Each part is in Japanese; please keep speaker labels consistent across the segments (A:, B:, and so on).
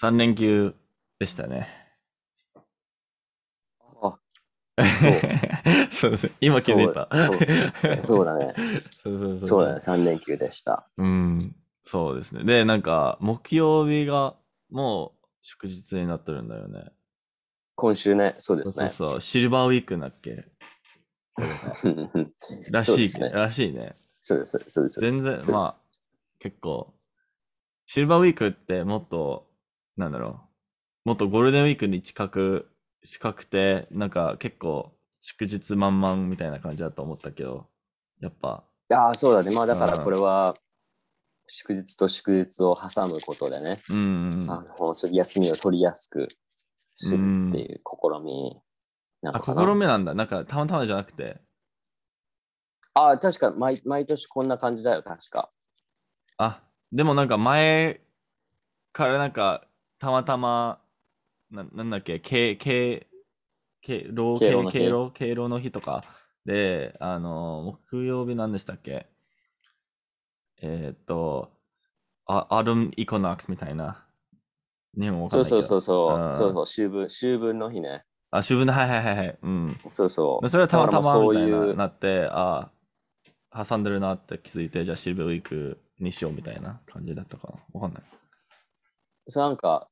A: 3連休でしたね。
B: あ、
A: そうですね。今気づいた。
B: そうそうだね。
A: そうそうそう
B: そうだね、3連休でした。
A: うん。そうですね。で、なんか、木曜日がもう祝日になってるんだよね。
B: 今週ね、そうで
A: そう
B: す
A: そう
B: ね。
A: そう。シルバーウィークだっけ
B: うんうん
A: らしい、
B: そうですね
A: らしいね。
B: そうです、そうです。そうで
A: 全然、
B: すそうです
A: まあ、結構、シルバーウィークってもっと、なんだろう、もっとゴールデンウィークに近く、近くて、なんか結構、祝日満々みたいな感じだと思ったけど、やっぱ、
B: ああ、そうだね。まあだから
A: うん
B: これは、祝日と祝日を挟むことでね、
A: うんうんうん、
B: あの、ちょっと休みを取りやすくするっていう試みなの
A: あ、
B: か
A: 試
B: な。
A: みなんだ。なんか、たまたまじゃなくて、
B: ああ、確か毎、毎年こんな感じだよ、確か。
A: あ、でもなんか前からなんか、たまたま、ななんだっけ、けけけ老
B: 敬
A: 敬
B: 老の日
A: 敬老敬老の日とかで、あの、木曜日なんでしたっけえーっと、あアルムイコナックスみたいな。日本語わかん
B: そ
A: な
B: う
A: いけ
B: そ
A: ど。
B: うそう
A: う
B: そ
A: ん
B: う、そうそう、秋分、秋分の日ね。
A: あ、秋分の、はいはいはいはい。うん。
B: そうそう。
A: それはたまた
B: だから
A: ま
B: もう
A: みたい
B: そうい
A: な
B: う
A: なって、ああ、挟んでるなって気づいて、じゃあシルバーウィークにしようみたいな感じだったかな。わかんない。
B: そうなんか、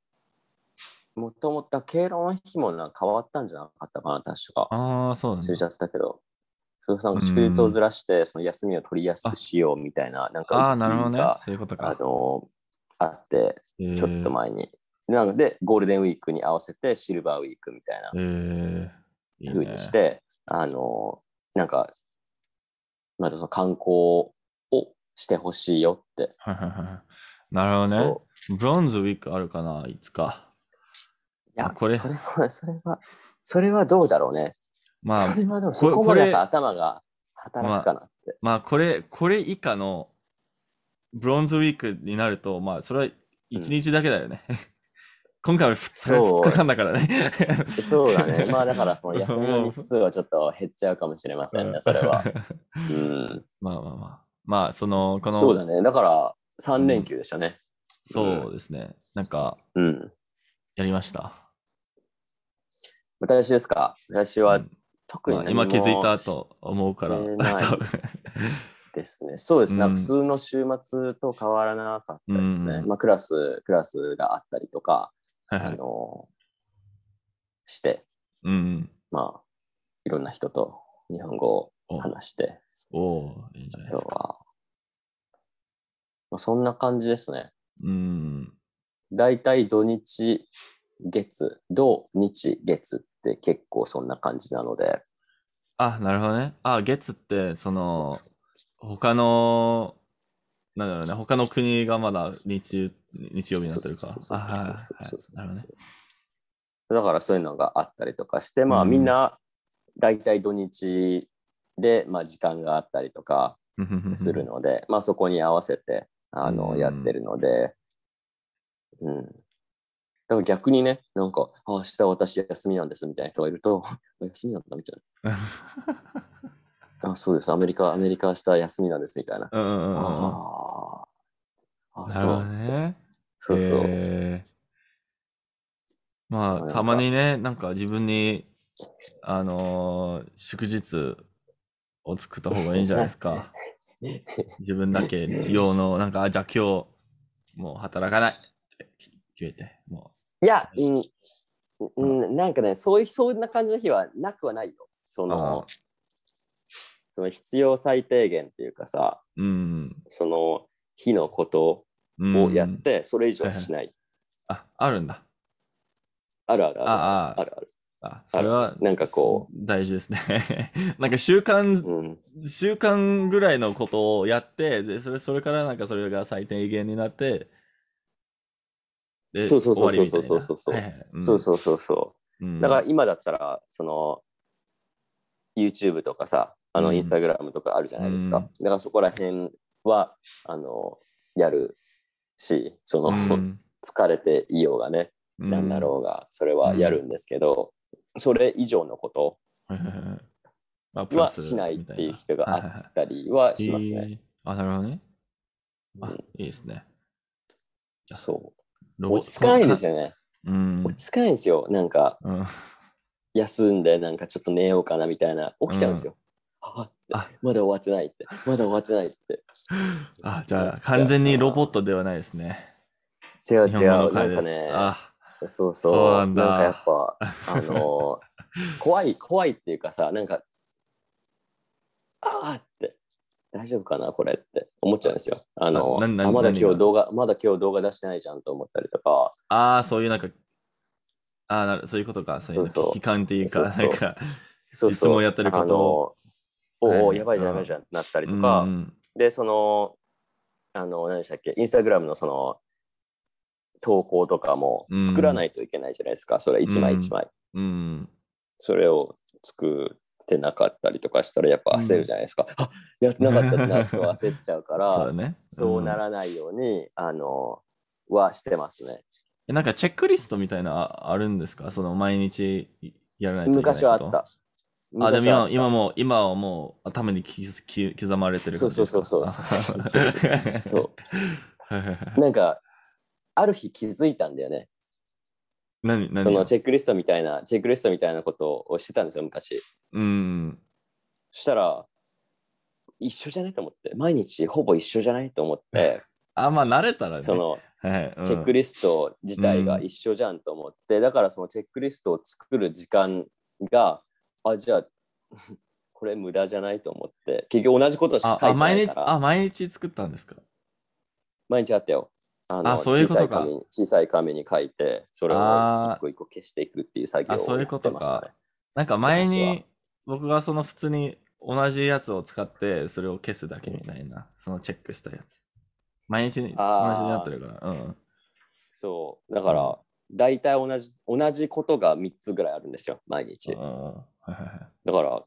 B: もともと敬老の日もなんか変わったんじゃなかったかな、確か。
A: ああ、そうなん
B: 忘れち
A: だ。
B: ゃったけど、そうなんか祝日をずらして、その休みを取りやすくしようみたいな、なんか、
A: ああ、なるほどね
B: が。
A: そういうことか。
B: あのあって、
A: えー
B: ちょっと前に。なので、ゴールデンウィークに合わせてシルバーウィークみたいな
A: えー、いい
B: 風
A: ね
B: にして、あのなんか、またその観光をしてほしいよって。
A: はいはいはい。なるほどね。
B: そう
A: ブロンズウィークあるかな、いつか。
B: いや
A: あこれ
B: それは、それは、それはどうだろうね。
A: まあ
B: そ、れはで
A: これ
B: も、そこまでやっ
A: こ
B: ぱ
A: れ
B: 頭が働くかなって。
A: まあ、これ、これ以下のブロンズウィークになると、まあ、それは一日だけだよね。 今回は
B: そう
A: 2日間だからね。
B: そうだ ね。まあだから、その休みの
A: もう
B: 日数はちょっと減っちゃうかもしれませんね、それは。。うん。
A: まあまあまあ。まあ、その、この、
B: そうだね。だから、3連休でしたね。
A: そうですね。なんか、
B: うん
A: やりました。
B: 私ですか私
A: う
B: は
A: ん
B: 特に
A: まあ
B: 何も
A: 今気づいたと思うから、
B: してない
A: 多分
B: ですね。そうですね。
A: うん
B: 普通の週末と変わらなかったですね。
A: うん
B: まあクラス、クラスがあったりとか、
A: はい
B: あ
A: はい。
B: の、して、
A: うんうん。
B: まあ、いろんな人と日本語を
A: お
B: 話して、
A: おーいいんじゃな
B: あ
A: い
B: と
A: ですか。
B: は、まあ、そんな感じですね。
A: うん。
B: だいたい土日、月、土日、月って結構そんな感じなので、
A: あ、なるほどね。あ、月って、その、他の、なんだろうね、他の国がまだ日、日曜日になってるか。
B: そうそ
A: あ、
B: うそう
A: はいはい
B: そう
A: はい。な
B: そう
A: るほどね。
B: だからそういうのがあったりとかして、まあ
A: うん
B: みんな大体土日で、まあ、時間があったりとか
A: うんうんうん
B: するので、まあそこに合わせてあ
A: う
B: の
A: ん
B: やってるので、うん。だから逆にね、なんか、あ明日私休みなんですみたいな人がいると、 あ休みなんだみたい な。あそうです、アメリカ、アメリカ明日休みなんですみたいな。
A: うんうんうんうん。
B: あーあ、
A: な
B: そ
A: るほど
B: う。
A: ね。
B: そうそう。
A: えーま
B: なん
A: あ、
B: か
A: たまにね、なんか自分に、あのー祝日を作った方がいいんじゃないです か。自分だけ用の、なんか、あじゃあ今日、もう働かないって決めて、も。
B: いや、うん、うん、なんかね、そういう、そんな感じの日はなくはないよ。そう
A: あ
B: の、その必要最低限っていうかさ、
A: うん。
B: その日のこと
A: うん
B: をやって、それ以上はしない。
A: あ、あるんだ。
B: あるあるある。
A: ああ
B: あるある。
A: あ、それは、
B: なんかこ
A: う。大事ですね。 なんか習慣
B: う、うん、
A: 週間ぐらいのことをやってでそれそれからなんかそれが最低限になってで
B: そうそうそう
A: 終わりみたいな
B: そうそうそう
A: はいはいん
B: そうそうそうそ
A: うん
B: う。だから今だったら、その、YouTube とかさ、あ
A: う
B: の、
A: ん
B: Instagram とかあるじゃないですか。
A: うん
B: だからそこら辺は、あの、やるし、その、
A: うん
B: 疲れていようがね、
A: うん
B: なんだろうが、それはやるんですけど、それ以上のこと
A: はいはいはいまあプラ
B: は
A: ス
B: しないっていう
A: みた
B: 人が
A: な
B: あ
A: はいはい
B: ったりはしま
A: はい
B: すね。
A: えーあなるほどね
B: う
A: あ
B: ん
A: いいですね
B: そう。落ち着かないんです
A: よ。
B: よね。
A: うん。
B: 落ち着かないんですよ。なんか、
A: うん
B: 休んで、なんかちょっと寝ようかなみたいな、起きちゃうんですよ。はっ
A: あ
B: てまだ終わってないって、まだ終わってないって。
A: あ、じゃあ、完全にロボットではないですね。
B: 違 う
A: 日
B: 違
A: 本語の
B: う、な
A: 回
B: ん
A: で
B: か
A: す。
B: ね、
A: あ、
B: そうそう、
A: そうな
B: なんん
A: だ
B: かや っぱ、あのー怖い、怖いっていうかさ、なんか、ああって、大丈夫かな、これって思っちゃうんですよ。あの
A: あなな
B: あまだ
A: 何
B: 今
A: が
B: 日動画、まだ今日動画出してないじゃんと思ったりとか、
A: ああ、そういうなんか、ああ、なるそういうことか。そういう
B: そうそう
A: 危機感っていうか、
B: そうそう
A: なんか、
B: そうそう
A: いつもやってることを
B: あのーおうお
A: は
B: う、
A: い
B: やばいじゃん、やばいじゃんってなったり
A: う
B: と
A: ん
B: か、
A: うん
B: で、その、あの、何でしたっけ、インスタグラムのその、投稿とかも作らないといけないじゃないですか、それ一枚一枚。
A: うん。
B: それを作ってなかったりとかしたらやっぱ焦るじゃないですか、あやってなかったってなると焦っちゃう
A: そ
B: か
A: うだ
B: ら
A: ね。
B: そうな
A: うん
B: らないように、あのはしてますね
A: えなんかチェックリストみたいなああるんですかその毎日やらないといけないこと
B: 昔はあった
A: あ、でも
B: 昔
A: 今
B: は
A: 今もう、今はもう頭にきき刻まれてる感じですか
B: そうそうそうそう
A: あ
B: そ
A: はいはいはい
B: なんかある日気づいたんだよね
A: 何何
B: そのチェックリストみたいなチェックリストみたいなことをしてたんですよ昔
A: うん。
B: そしたら一緒じゃないと思って毎日ほぼ一緒じゃないと思って
A: あ、まあ慣れたらね。
B: その
A: はいうん
B: チェックリスト自体が一緒じゃんと思って、だからそのチェックリストを作る時間があじゃあ これ無駄じゃないと思って結局同じことしか
A: あ
B: 書い
A: あ
B: てな
A: 毎
B: い
A: 日
B: か、ら
A: あ、毎日作ったんですか
B: 毎日あったよあ
A: あそういうことか
B: 小さい紙に小さい紙に書いてそれを
A: あー
B: 一個一個消していくっていう作業
A: あ
B: を
A: そういうことか
B: やってましたね
A: なんか前
B: 私
A: に
B: は
A: 僕がその普通に同じやつを使ってそれを消すだけみたいな、そのチェックしたやつ。毎日に同じに
B: あー
A: なってるから。うん。
B: そうだから大体同じ同じことが3つぐらいあるんですよ毎日
A: うんはいはいはい
B: だから、あ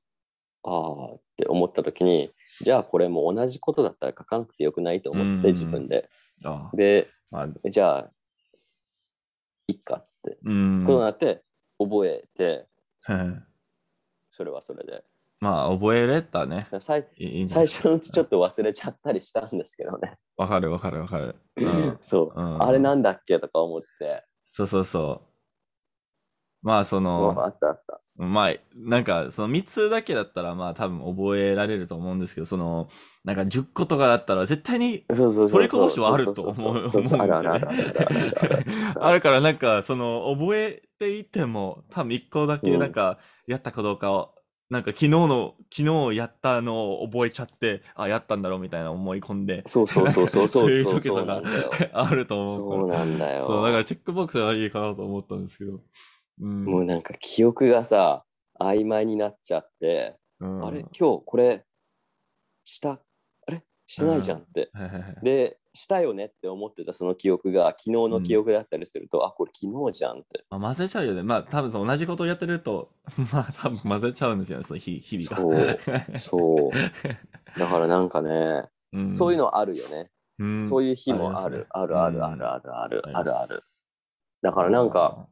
B: あって思った時に、じゃあこれも同じことだったら書かなくてよくないと思っ
A: う
B: て
A: ん
B: 自分で。
A: あー
B: で、
A: まあ、
B: じゃあ、いっかって。
A: うん。
B: こうなって、覚えて、
A: はい
B: それはそれで。
A: まあ、覚えれたね。
B: 最
A: いいいいんじゃな
B: 最
A: い
B: 初のうちちょっと忘れちゃったりしたんですけどね。
A: わかるわかるわかる。うん、
B: そう。
A: うん
B: あれなんだっけとか思って。
A: そうそうそう。まあ、そ
B: もうあ
A: の、
B: ったあった。
A: まあ、なんか、その3つだけだったら、まあ、多分覚えられると思うんですけど、その、なんか10個とかだったら、絶対に
B: そうそうそうそう。
A: 取りこぼしはあると思う思うんです
B: そうそうあるある
A: よ
B: あるあるあるあるある
A: ね。あるからなんかその覚えていても多分一個だけ
B: うん
A: なんかやったかどうかを、なんか昨日の昨日やったのを覚えちゃってあやったんだろうみたいな思い込んで
B: そうそうそうそうそ
A: そう
B: う
A: いう
B: そう
A: 時
B: そう
A: と
B: な
A: か
B: んだよ。
A: あると思うから
B: そうなんだよ。
A: そうだからチェックボックスはいいかなと思ったんですけど、うん
B: もうなんか記憶がさ曖昧になっちゃって、
A: うん
B: あれ今日これしたあれしてないじゃんって、
A: はいはいはい
B: でしたよねって思ってたその記憶が昨日の記憶だったりすると、あこれ昨日じゃんって
A: まあ、混ぜちゃうよねまあ多分その同じことをやってると まあ多分混ぜちゃうんですよねその日日々が
B: そうだからなんかね、
A: うん
B: そういうのあるよね、
A: うん
B: そういう日もあるあ,、るあるあるあるあるあるあるだからなんか、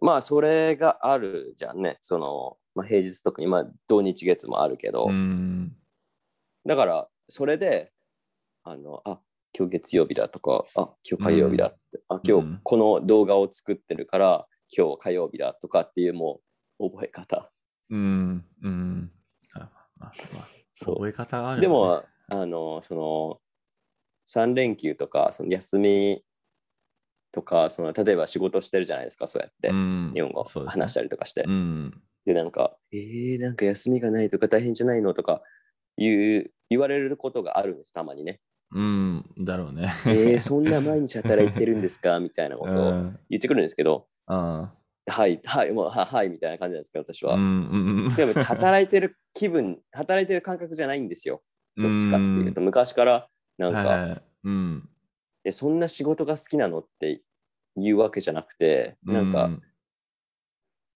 B: まあそれがあるじゃんねその、まあ、平日特にまあ土日月もあるけど、
A: うん
B: だから、それで、あの、あ、今日月曜日だとか、あ、今日火曜日だって、あ、今
A: うん
B: 日この動画を作ってるから、今日火曜日だとかっていうもう覚え方。
A: うんうんあまあまあ
B: そ
A: 覚え方があ
B: う。
A: る
B: で
A: よね
B: も、あの、その、3連休とか、その休みとか、その、例えば仕事してるじゃないですか、そうやって。
A: うん
B: 日本語
A: そうですね
B: 話したりとかして、
A: うん
B: でなんか「えー、なんか休みがないとか大変じゃないの?」とかいう言われることがあるんですたまにね
A: うんだろう ね
B: えー、そんな毎日働いてるんですかみたいなこ
A: う
B: とを
A: ん
B: 言ってくるんですけど、
A: あ
B: はい、はい、もうは、はい、みたいな感じなんですけど、私
A: あ
B: は。
A: うんうん
B: でも別に働いてる気分、働いてる感覚じゃないんですよ。
A: うん
B: どっちかっていうと、昔から、なんか、
A: はいはいうん
B: え、そんな仕事が好きなのって言うわけじゃなくて、なんか、
A: うん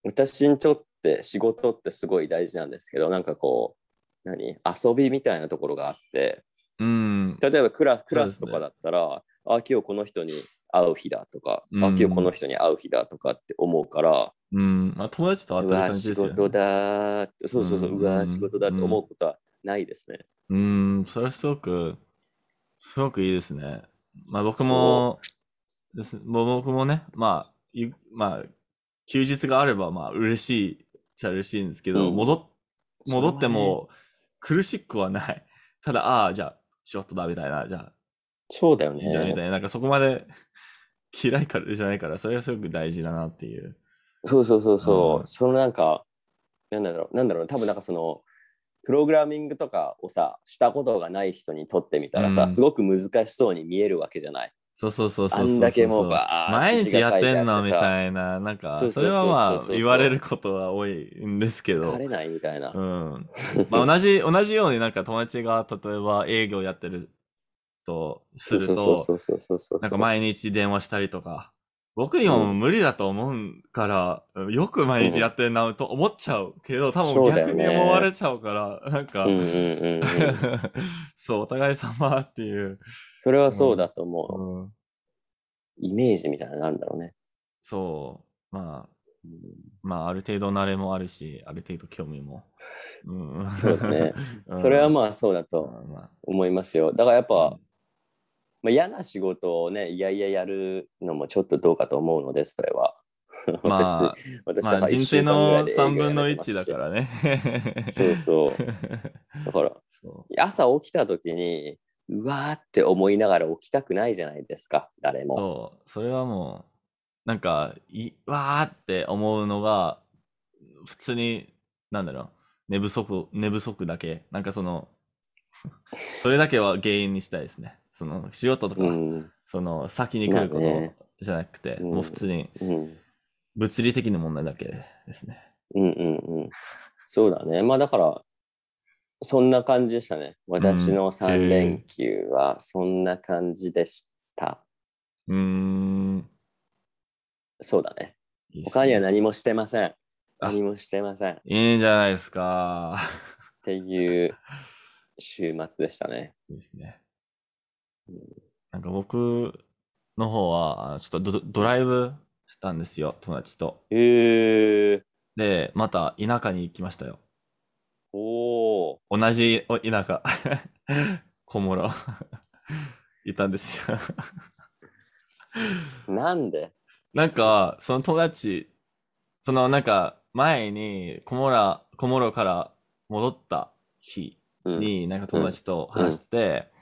B: 私にとって仕事ってすごい大事なんですけど、なんかこう、何遊びみたいなところがあって、
A: うん
B: 例えばクラク
A: そう
B: ラ
A: です
B: ス
A: ね
B: とかだったら、あ今日この人に会う日だとか、
A: うん
B: あ今日この人に会う日だとかって思うから、
A: うんまあ友達と会っ
B: う
A: てる
B: わ
A: 感じ
B: 仕
A: ですよ
B: 事
A: ね
B: だーってそうそうそう、
A: うん
B: うわ仕事だって思うことはないですね。
A: うんそれはすごくすごくいいですねまあ僕もですもう僕もね、まあ、ゆまあ、休日があれば、まあ、嬉しいっちゃ嬉しいんですけど、
B: うん
A: 戻っ
B: それはね
A: 戻っても苦しくはない。ただ、ああ、じゃあ、仕事だみたいな、じゃあ、
B: そうだよ
A: いいんじゃないみたい
B: ね。
A: な、なんかそこまで 嫌いからじゃないから、それはすごく大事だなっていう。
B: そうそうそうそうう。そのなんか、なんだろう、なんだろう、多分なんかその、プログラミングとかをさ、したことがない人にとってみたらさ、
A: うん
B: すごく難しそうに見えるわけじゃない。
A: そうそうそうそうそう
B: あ
A: そうん
B: だけもうバーッ
A: 毎日やってんの
B: 記
A: み
B: 事が書いてあ
A: たいな、なんか、
B: そう
A: そ
B: そう
A: れ
B: そうそう
A: はまあ
B: そうそう
A: 言われることは多いんですけど
B: 疲。れないみたいな。
A: うん。 まあ同じ、同じようになんか友達が例えば営業やってるとすると、
B: そうそうそうそうそうそう。
A: なんか毎日電話したりとか、僕今もう無理だと思うから、よく毎日やってんなと思っちゃうけど、多
B: そ
A: 分
B: うだよ
A: 逆
B: ね
A: に思われちゃうから、なんか、
B: うんうんうんうん。
A: そう、お互い様っていう、
B: それはそうだと思う。
A: うん
B: イメージみたいなのなんだろうね。
A: そう、まあ、まあ、ある程度慣れもあるし、ある程度興味も。うん、
B: そうだね
A: うん。
B: それはまあそうだと
A: あ、まあ、
B: 思いますよ。だからやっぱ、まあ、嫌な仕事をね、いやいややるのもちょっとどうかと思うので、それは。
A: ま
B: 私、
A: あ、
B: 私。
A: まあ、人生の3分の1だかららね。
B: そうそうだから、
A: そう
B: 朝起きた時に、うわーって思いながら起きたくないじゃないですか、誰も。
A: そう、それはもう、なんか、いわーって思うのが、普通に、なんだろう、寝不足、寝不足だけ、なんかその、それだけは原因にしたいですね。その、仕事とか、
B: うん。
A: その、先に来るこ
B: まあね
A: とじゃなくて、
B: うん
A: もう普通に、
B: うん。
A: 物理的な問題だけですね。
B: うんうんうん。そうだね。まあだから、そんな感じでしたね。私の3連休はそんな感じでした。
A: うーん。
B: そうだね。
A: いいっすね
B: 他には何もしてません。何もしてません。っ
A: いいんじゃないですか。
B: ていう週末でしたね。
A: いいですね
B: うん。
A: なんか僕の方は、あちょっとドドライブしたんですよ、友達と。
B: へえー。
A: で、また田舎に行きましたよ。
B: おー。
A: 同じお田舎。 小諸。 いたんですよ。
B: なんで
A: なんか、その友達、そのなんか前に小諸、小諸から戻った日
B: うん
A: に、なんか友達と話してて、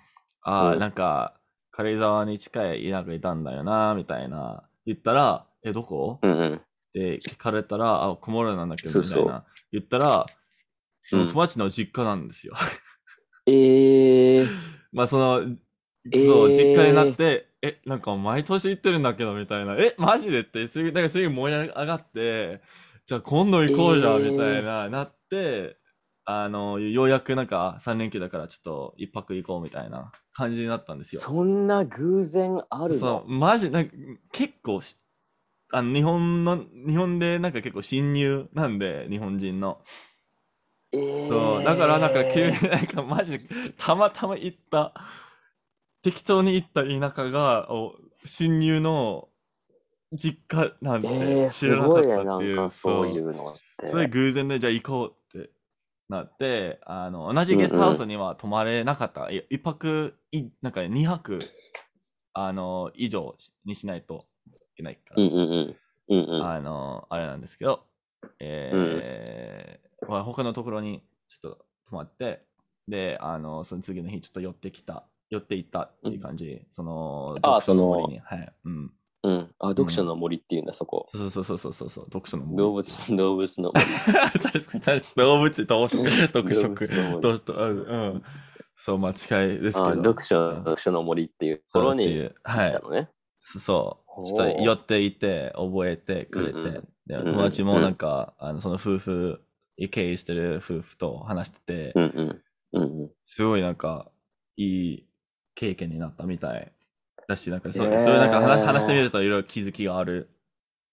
A: ああ、
B: うん
A: なんか、軽井沢に近い田舎いたんだよな、みたいな。言ったら、え、どこ
B: うんうん。
A: って聞かれたら、あ、小諸なんだけど、
B: そう
A: みた
B: そう
A: いな。言ったら、その
B: うん
A: 友達の実家なんですよ。
B: えー。
A: まあ、その、
B: ー
A: そう、実家になって、え、なんか毎年行ってるんだけど、みたいな。え、マジでって、すぐ、なんかすぐ燃え上がって、じゃあ今度行こうじゃん、
B: えー
A: みたいな、なって、あの、ようやくなんか3連休だからちょっと一泊行こうみたいな感じになったんですよ。
B: そんな偶然ある
A: そ
B: の
A: う、マジ、なんか結構し、あの日本の、日本でなんか結構侵入なんで、日本人の。
B: えー
A: そうだからなんか急になんかマジでたまたま行った適当に行った田舎がお親友の実家なん
B: え
A: て
B: ー、
A: 知
B: す
A: らなか
B: ご
A: っ
B: いね、
A: た
B: な
A: ってい
B: ん
A: う、
B: か
A: そ
B: そういううのって。
A: それ偶然でじゃあ行こうってなってあの同じゲストハウスには泊まれなかった、い一泊いなんか2泊あの以上にしないといけないから、
B: うんうんうん。うんうん、
A: あの、あれなんですけど、えーまあ、他のところにちょっと泊まって、で、あの、その次の日ちょっと寄ってきた、寄っていったっていう感じ、その、
B: あ
A: 読
B: ー
A: 書の森に、はい、うん。
B: うん。あ、読書の森っていうんだ、そこ。
A: そうそうそうそうそうそう、読書の森。
B: 動物、 動物の森。
A: 確かに確かに動物、読書、読書
B: 動物の森
A: どうと、うんうん。そう、まあ近いですけ
B: あ
A: ど。
B: 読書、読書の森っていうとこ
A: そう
B: ろ
A: ってい
B: に
A: う、はい
B: 行った。のね。
A: そそう、ち
B: ほう
A: ょっと寄っていて、覚えてくれて、
B: うんうん
A: で
B: うんうん
A: 友達もなんか、あのその夫婦、経営してる夫婦と話してて、
B: うんうん。うんうん、
A: すごいなんか、いい経験になったみたいだし、なんかそ,、
B: へー
A: そういうなんか話話してみるといろいろ気づきがある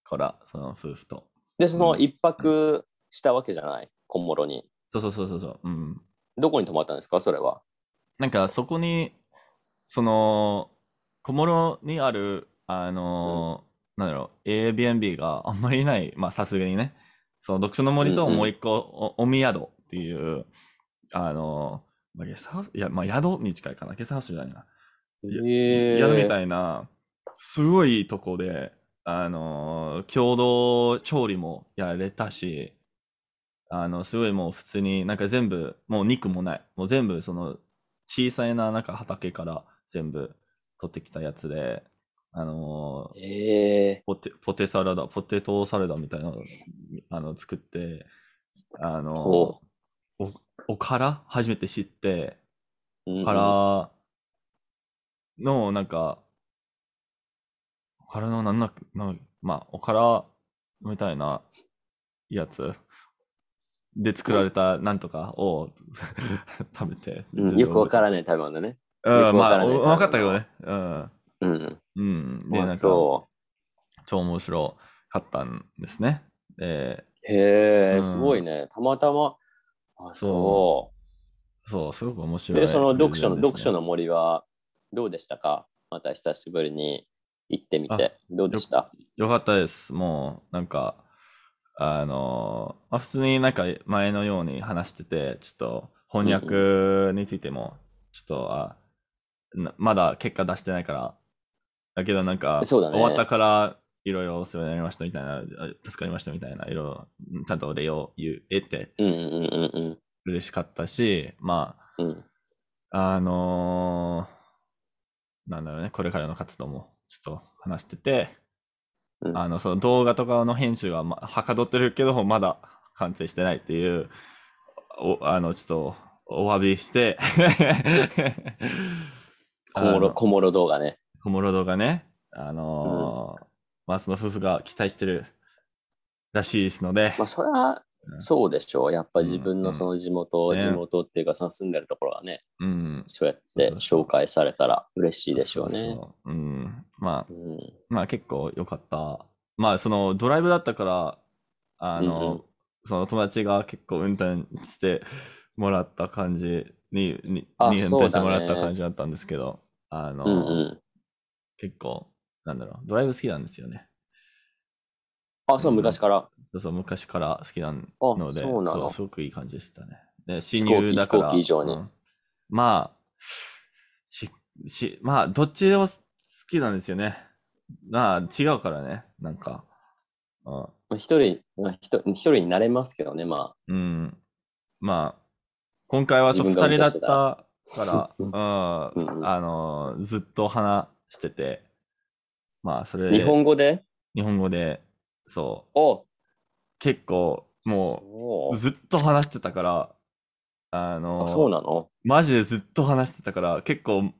A: から、その夫婦と。
B: で、その
A: うん
B: 一泊したわけじゃない、小諸に。
A: そうそうそうそうそう、うん。
B: どこに泊まったんですか、それは。
A: なんかそこに、その、小諸にある、あのー、なんだろう、Airbnb があんまりない、まあさすがにね、その読書の森と
B: うんうん
A: もう一個、おおみ宿っていう、あのー、まあ、ゲストハウスいや、まあ宿に近いかな、ゲストハウスじゃないな。
B: え
A: 宿みたいな、すごいいいとこで、あのー共同調理もやれたし、あの、すごいもう普通になんか全部、もう肉もない。もう全部その小さいな、なんか畑から全部取ってきたやつで、あのー
B: ええ
A: ポテ、ポテサラダ、ポテトサラダみたいなの、あの、作って、あの
B: ほ
A: ーお、おから初めて知って、
B: うんうん
A: からの、なんか、おからの、なんな、なんまあ、おからみたいなやつで作られたなんとかを食べて。
B: うんよくわか
A: な
B: ら
A: い。
B: ない食べ物ね。
A: う
B: よ
A: ん、
B: くわ
A: ま
B: から
A: あ、
B: ない
A: おわかったけどね。うん。
B: うん。
A: うん。で、な
B: まあ
A: んか、超
B: そ
A: 面白かったんですね。で、
B: う。へ
A: う
B: え、
A: ん
B: すごいね。たまたま。あ、そ
A: そう、すごく面
B: う。
A: 白い。
B: で、その読書の、読書
A: の。
B: の森はどうでしたかまた久しぶりに行ってみて。どうでした
A: よかったです。もう、なんか、あのーまあ、普通になんか前のように話してて、ちょっと翻訳についても、ちょっと、あなまだ結果出してないから、だけどなんか、
B: そうだね
A: 終わったから、いろいろお世話になりましたみたいな、あ助かりましたみたいな、いろいろ、ちゃんとお礼を言えて
B: うんうんうん
A: 嬉しかったし、ま
B: うんうん。
A: あ、あのーなんだろうね、これからの活動もちょっと話してて、
B: うん。
A: あの、その動画とかの編集は、ま、はかどってるけど、まだ完成してないっていう、お、あの、ちょっと、お詫び して、
B: 小諸、
A: あの
B: 小諸動画ね。
A: 小諸動画ね、あのーまあ、その夫婦が期待してるらしいですので、
B: まあ、それは
A: う、ん
B: そうでしょう。やっぱ自分
A: うん
B: の
A: うん
B: その地元、
A: ね
B: 地元っていうか、その住んでるところがね、
A: うん。
B: そうやっ
A: そう
B: て
A: そうそう
B: 紹介されたら嬉しいでしょう
A: そ
B: ね。
A: そそう。うん。まあ、
B: うん
A: まあ結構良かった。まあそのドライブだったから、あの、
B: うんうん
A: その友達が結構運転してもらった感じに、に、
B: あ
A: に運
B: そうだね
A: 転してもらった感じだったんですけど、あの、
B: うんうん。
A: 結構、なんだろう、ドライブ好きなんですよね。
B: あ、そ
A: う
B: う、
A: ん
B: 昔から。
A: そうそう、昔から好きなので、
B: あそうなの
A: そうすごくいい感じでしたね。で、親友だから、
B: 飛行機以上に
A: うんまあ、し、し、まあ、どっちでも好きなんですよね。まあ、違うからね、なんか。うん
B: まあ一人、まあ一人一人になれますけどね、ま
A: うん。まあ、今回はそう二
B: 自分が
A: 人
B: 運
A: だ
B: 転
A: っ
B: して
A: た
B: た
A: から、
B: う
A: うんん、
B: うん
A: あのー、ずっと話してて、まあ、そ
B: あ。
A: れ、
B: 日本語で
A: 日本語で、そう、
B: お
A: 結構、も
B: も
A: う、ずっと話してたから、あの
B: あ
A: ー、
B: そうなの
A: マジでずっと話してたから、結構、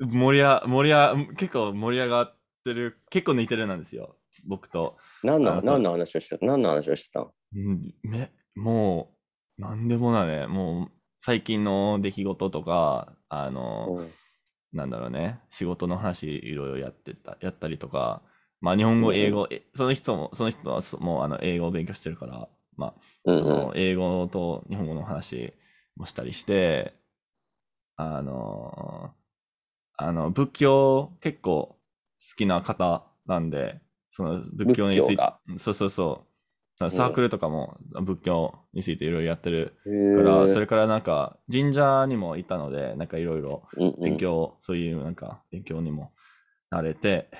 A: 盛りあ、盛りあ、結構盛り上がってる、結構似てるなんですよ、僕と。
B: 何
A: あ
B: の
A: そう
B: 何の話をしてた何の話をしてたの
A: うんめ、もう、なんでもだね。もう、最近の出来事とか、あの、
B: うん
A: なんだろうね、仕事の話いろいろやってた、やったりとか、まあ、日本語、
B: うん
A: 英語、えその人も、その人はそもう、あの、英語を勉強してるから、ま
B: う
A: あ、
B: ん
A: そ
B: うん
A: の、英語と日本語の話もしたりして、あの、あの、仏教結構好きな方なんで、その仏教につ
B: 仏
A: いて
B: 教、
A: そうそうそう。サークルとかも仏教についていろいろやってるか
B: へ
A: ら、
B: え
A: それからなんか神社にもいたので、なんかいろいろ
B: うんうん
A: 勉強、そういうなんか勉強にも慣れて、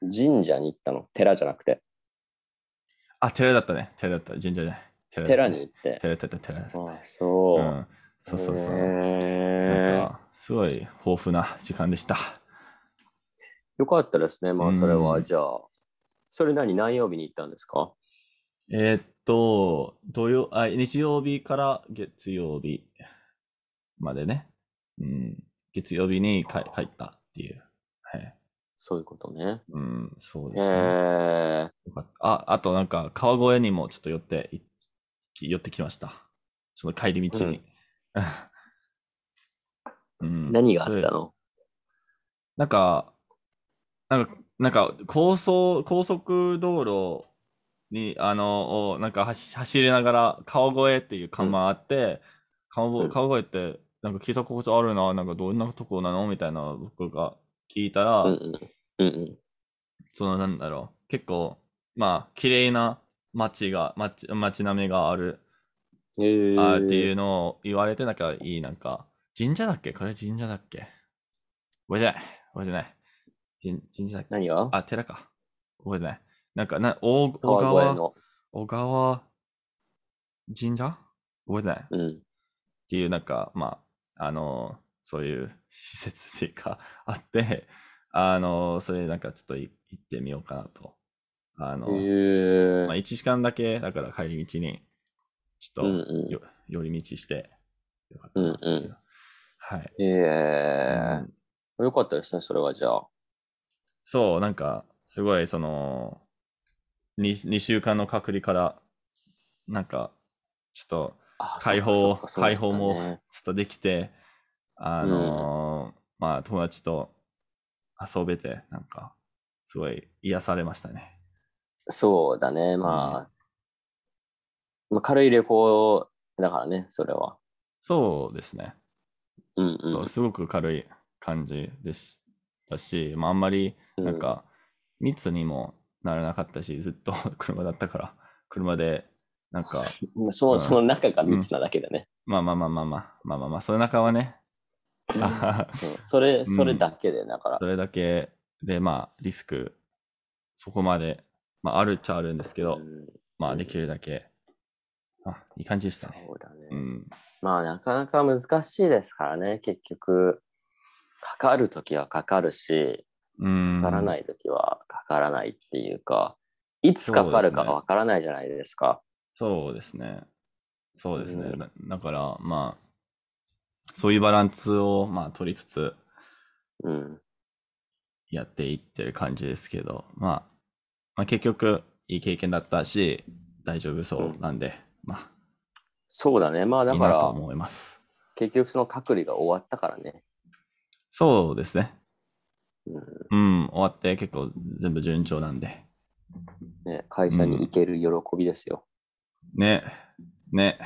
B: 神社に行ったの寺じゃなくて。
A: あ、寺だったね。寺だった。神社じゃない。寺だった
B: 寺に行って。
A: 寺だった、寺だった。
B: あ、そうう。
A: ん。そうそうそう。なん
B: へえ
A: か、すごい豊富な時間でした。
B: よかったですね、まあそれ
A: う
B: は。
A: ん
B: じゃあ、それ何何曜日に行ったんですか
A: えーっと、土曜、あ、日曜日から月曜日までね。うん。月曜日に帰帰ったっていう。はい。
B: そういうことね。
A: うん、そう
B: へ
A: ですね。
B: え。
A: よかったあ、あとなんか、川越にもちょっと寄ってい、き寄ってきました。その帰り道に。 うん
B: 何があった
A: それ
B: の
A: なんか、なんか、なんか、高速、高速道路に、あの、をなんか走走りながら、川越っていう看板あって、川
B: うん
A: 越川越って、なんか聞いたことあるな、なんかどんなとこなのみたいな、僕が聞いたら、
B: うんうん。うんうん。
A: そのなんだろう、結構、まあ、綺麗な街が、街、街並みがある、
B: へえ
A: あーっていうのを言われて、なんかいい、なんか、神社だっけこれ神社だっけ覚えてない。覚えてない。神神社だっけ
B: 何が
A: あ、寺か。覚えてない。なんか、な大小
B: 川
A: 川、
B: 越の。
A: 小川神社覚えてない。っ
B: うん。
A: ていう、なんか、まあ、あの、そういう施設っていうか、 あって、あの、それなんかちょっとい行ってみようかなと。あの、
B: へえ
A: まあ、1時間だけ、だから帰り道に、ちょ
B: うん
A: っと
B: う
A: よ、寄り道して、よかったなってい
B: うんうん
A: はい。
B: ん。へえ
A: うん
B: よかったですね、それはじゃあ。
A: そう、なんか、すごい、その、2, 二週間の隔離から、なんか、ちょっと、
B: あ
A: 解放
B: そっかそっか
A: 解放も
B: そうだったね
A: ちょっとできて、あのーまあ、友達と遊べて、なんか、すごい癒されましたね。
B: そうだね、まあ。まあ、軽い旅行だからね、それは。
A: そうですね。
B: うんうん。
A: そう、すごく軽い感じです。だし、まあ、あんまり、
B: うん
A: なんか、密にもならなかったし、ずっと 車だったから、車で、なんか、
B: まあそうの
A: ん
B: その中が密なだけでね。
A: まあまあまあまあまあ、まあまあまあ、その中はね、あ
B: そうそれ、
A: うん
B: それだけで、だから
A: そ。れだけで、まあ、リスク、そこまで、まあ、あるっちゃあるんですけど
B: う、ん
A: まあ、できるだけ、あ、いい感じでしたね。
B: そうだね。
A: うん。
B: まあ、なかなか難しいですからね、結局。かかるときはかかるし、
A: うん。
B: かからないときはかからないっていうか、いつかかるかがわからないじゃないですか。
A: そうですね。そうですね。
B: うん
A: だだから、まあ、そういうバランスを、まあ、取りつつ、
B: うん。
A: やっていってる感じですけど、まあ、まあ、結局、いい経験だったし、大丈夫そうなんで、ま
B: そうだね。まあ、
A: あ、
B: だ
A: いい
B: か
A: なと
B: ら、
A: 思います。
B: 結局その隔離が終わったからね。
A: そうですね。
B: うん
A: うん、終わって結構全部順調なんで。
B: ね、会社に行ける喜びですよ。
A: ね、ね、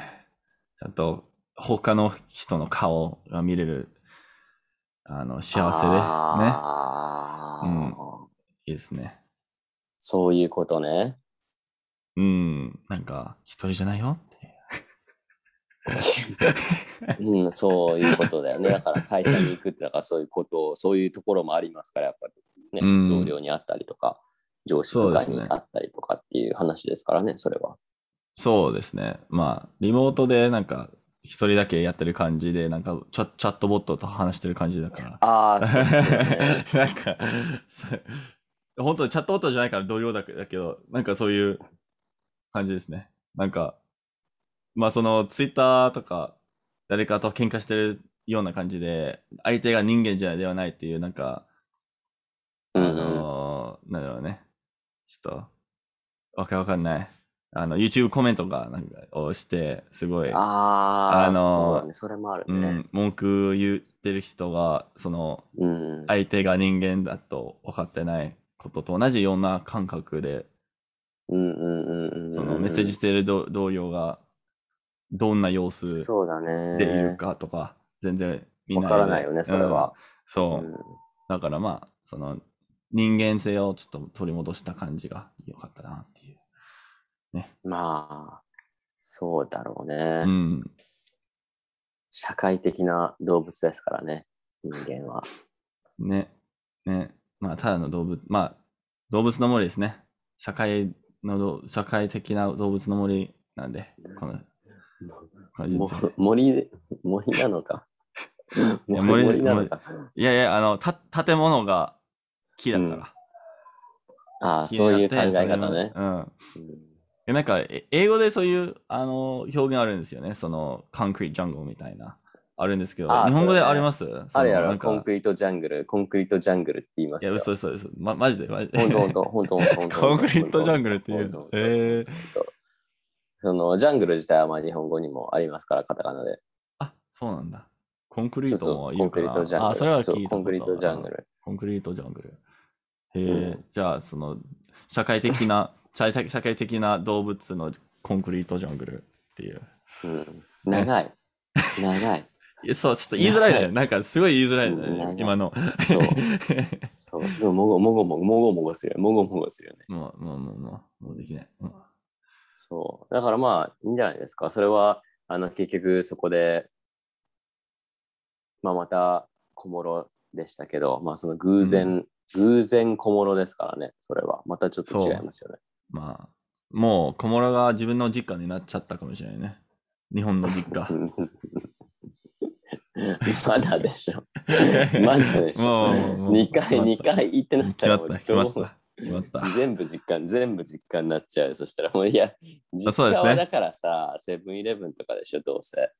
A: ちゃんと他の人の顔が見れる、あの、幸せで、ね、
B: あー
A: うんいいですね。
B: そういうことね。
A: うん、なんか、一人じゃないよって。
B: うん、そういうことだよね。だから会社に行くって、だからそういうことを、そういうところもありますから、やっぱりね、
A: うん
B: 同僚に会ったりとか、上司とかに会ったりとかっていう話ですからね、それは。
A: そうですね。まあ、リモートでなんか、一人だけやってる感じで、なんかチャ、チャットボットと話してる感じだから。
B: ああ、そうそうだね
A: なんか、そ本当にチャットボットじゃないから同僚だけだけど、なんかそういう感じですね。なんか、まあそのツイッターとか誰かと喧嘩してるような感じで、相手が人間じゃではないっていう、なんか、あ
B: うんうん。
A: のーなんだろうね。ちょっと、わけわかんない。あの、YouTube コメントが、なんか、をして、すごい、
B: ああ、
A: あのー
B: そうだね、それもある
A: う
B: ね。
A: ん、文句言ってる人が、その、
B: うん。
A: 相手が人間だと分かってないことと同じような感覚で、
B: うんうんうんうん。
A: そのメッセージしてる同同僚がどんな様子
B: そうだね。
A: でいるかとか、全然見
B: わからないよね、それ
A: う
B: は。。
A: んそうう。
B: ん
A: だからまあ、その人間性をちょっと取り戻した感じが良かったなっていう。
B: まあ、そうだろうね。
A: うん。
B: 社会的な動物ですからね、人間は。
A: ね。ね。まあ、ただの動物、まあ、動物の森ですね。社会のど、社会的な動物の森なんで、この、この人
B: も
A: 生。
B: 森、森な のか。
A: や
B: 森
A: 森
B: 森なのか。
A: いやいや、あの、た、建物が木だから。
B: ああ、
A: 木
B: そういう
A: で
B: 考え
A: それ
B: 方
A: の
B: ね。
A: うん
B: うん
A: で。なんか、え英語でそういう、あの、表現あるんですよね。その、コンクリートジャングルみたいな。あるんですけど、
B: あー
A: 日本語で
B: そうだね
A: ありますそ
B: あ
A: の
B: れや
A: な
B: ろ、
A: ん
B: コン
A: か
B: クリートジャングル、コンクリートジャングルって言いま
A: い
B: す
A: や、
B: よ。
A: 嘘嘘嘘。ま、マジで、マジで。
B: ほんとほんとほんとほんとほん と
A: コンクリートジャングルってい
B: ほんとほん
A: う。
B: と
A: えー、
B: そのジャングル自体はまあ日本語にもありますから、カタカナで。
A: あ、そうなんだ。コンクリートも
B: そうそ
A: 言
B: うコ
A: う
B: ンク
A: か
B: リ
A: ら
B: ートジャングル。
A: あ、それは
B: そう
A: 聞いた
B: コンクリートジャング
A: ル。
B: ル。
A: コンクリートジャングル。へえ、
B: うん
A: じゃあ、その、社会的 な、社会社会的な動物のコンクリートジャングルっていう。
B: うん長 い。長い。
A: いやそう、ちょっと言いづらいね。 なんかすごい言いづらい
B: うんなん
A: ね
B: か。
A: 今の。
B: そうそう、すごいもごもごもごもごもごするよ。もごもごするよね。
A: もう、もう、もう、もう、もうできない。もう
B: そう。だからまあ、いいんじゃないですか。それは、あの、結局そこで、まあまた小諸でしたけど、まあその偶然偶然小物ですからね、それは。またちょっと違いますよね。
A: まあ、もう小諸が自分の実家になっちゃったかもしれないね。日本の実 家。
B: まだでし ょ。まだでしょ。2回、2回行ってなったらもう
A: 決まった。決まった。
B: 全部実感、全部実感になっちゃう。そしたらもういや、実家はだからさ、セブンイレブンとかでしょ、どうせ。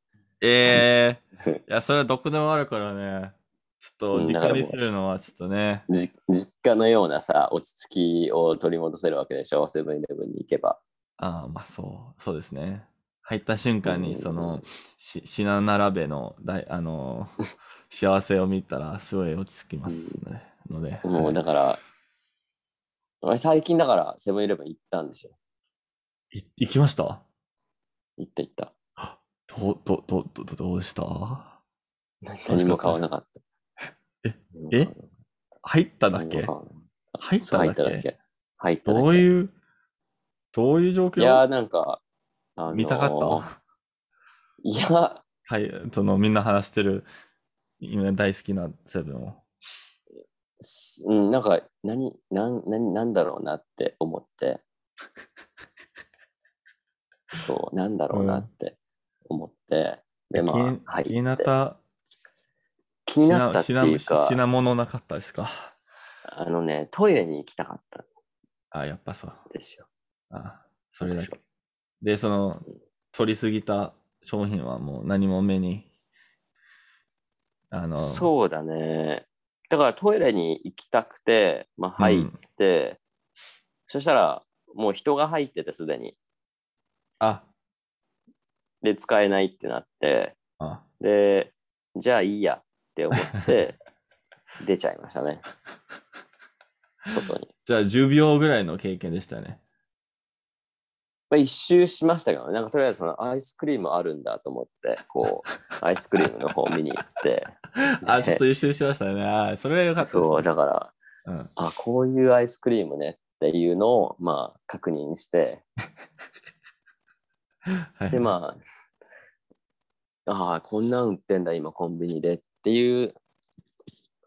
A: ええ ー、いや、それはどこでもあるからね。ちょっと実家にするのはちょっとね。
B: 実家のようなさ、落ち着きを取り戻せるわけでしょ、セブンイレブンに行けば。
A: ああ、まあそう、そうですね。入った瞬間に、その、し品並べの大、あ の、幸せを見たら、すごい落ち着きますね。ので。
B: もうだから、俺最近だからセブンイレブン行ったんですよ。
A: い行きました
B: 行った行った。
A: ど、ど、ど、ど、どうした。
B: 何も買わなかった
A: え、え入っただけ入っただけ
B: 入った
A: どういう、どういう状況
B: いや、なんか、
A: あのー、見たかった
B: いや、
A: はい、 そのみんな話してる、今大好きなセブンを。
B: うん、なんか何、何、何、何だろうなって思って。 そう、なんだろうなって思って。うん、で、まあ、
A: はい。気になった。
B: 気になったっていうか
A: 品物なかったですか
B: あのね、トイレに行きたかった。
A: あ、やっぱそう。
B: ですよ。
A: あ、それだけ。で、その、取りすぎた商品はもう何も目に。
B: あの。そうだね。だからトイレに行きたくて、まあ、入って、うん、そしたらもう人が入っててすでに。
A: あ
B: で使えないってなってでじゃあいいやって思って出ちゃいましたね。外に。
A: じゃあ10秒ぐらいの経験でしたね。
B: まあ、一周しましたけど、ね、なんかとりあえずそのアイスクリームあるんだと思って、こう、アイスクリームの方見に行って。
A: あ、ちょっと一周しましたね。それはよかったです、
B: ね、そう、だから、うん、あ、こういうアイスクリームねっていうのを、まあ、確認して。 はい、で、まあ、ああ、こんなん売ってんだ、今、コンビニでっていう、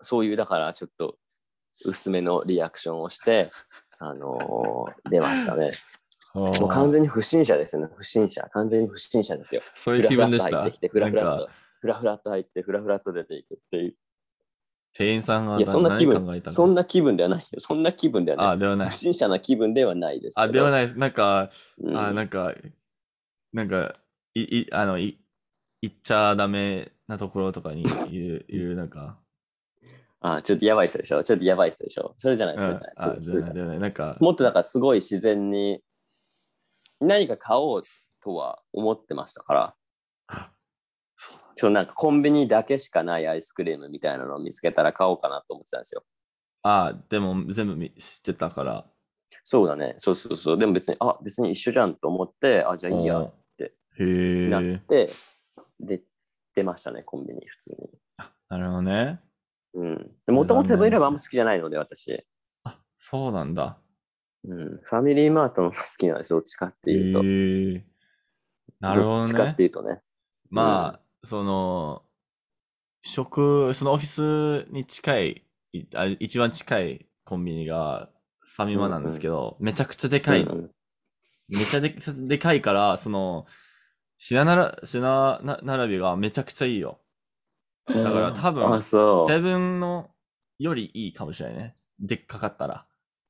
B: そういう、だから、ちょっと、薄めのリアクションをして、 あのー、出ましたね。もう完全に不審者ですね。不審者。完全に不審者ですよ。
A: そう いう気分でした。
B: 入ってきて、フラフラと、フラフラと入って、フラフラと出ていくっていう。
A: 店員さんが
B: いやそんな気分そんな気分ではないよ。そんな気分ではない。
A: あ、ではない。
B: 不審者な気分ではないです。
A: あ、ではないです。なんか、うん、あ、なんか、なんか、い、い、あの、い、行っちゃダメなところとかにいる、いる、なんか。
B: あちょっとやばい人でしょ。ちょっとやばい人でしょ。それじゃない、それじゃない。あ、
A: じゃない、じゃない。なんか。
B: もっとなんかすごい自然に何か買おうとは思ってましたから、ちょなんかコンビニだけしかないアイスクリームみたいなのを見つけたら買おうかなと思ってたんですよ。
A: ああ、でも全部知ってたから。
B: そうだね、そうそうそう。でも別に、あ別に一緒じゃんと思って、あじゃあいいやってなって、で、出ましたね、コンビニ、普通に。
A: あなるほどね。
B: うん。もともとセブンイレブンあんま好きじゃないので、私。
A: あそうなんだ。
B: うん、ファミリーマートの方が好きなんです、どっちかっていうと。え
A: ー、なるほど、ね、どっ
B: ちかっていうとね。
A: まあ、うん、その、職、そのオフィスに近いあ、一番近いコンビニがファミマなんですけど、うんうん、めちゃくちゃでかいの。うんうん、めちゃででかいから、その、品なら、品な並びがめちゃくちゃいいよ。だから多分、うん、セブンのよりいいかもしれないね。でっかかったら。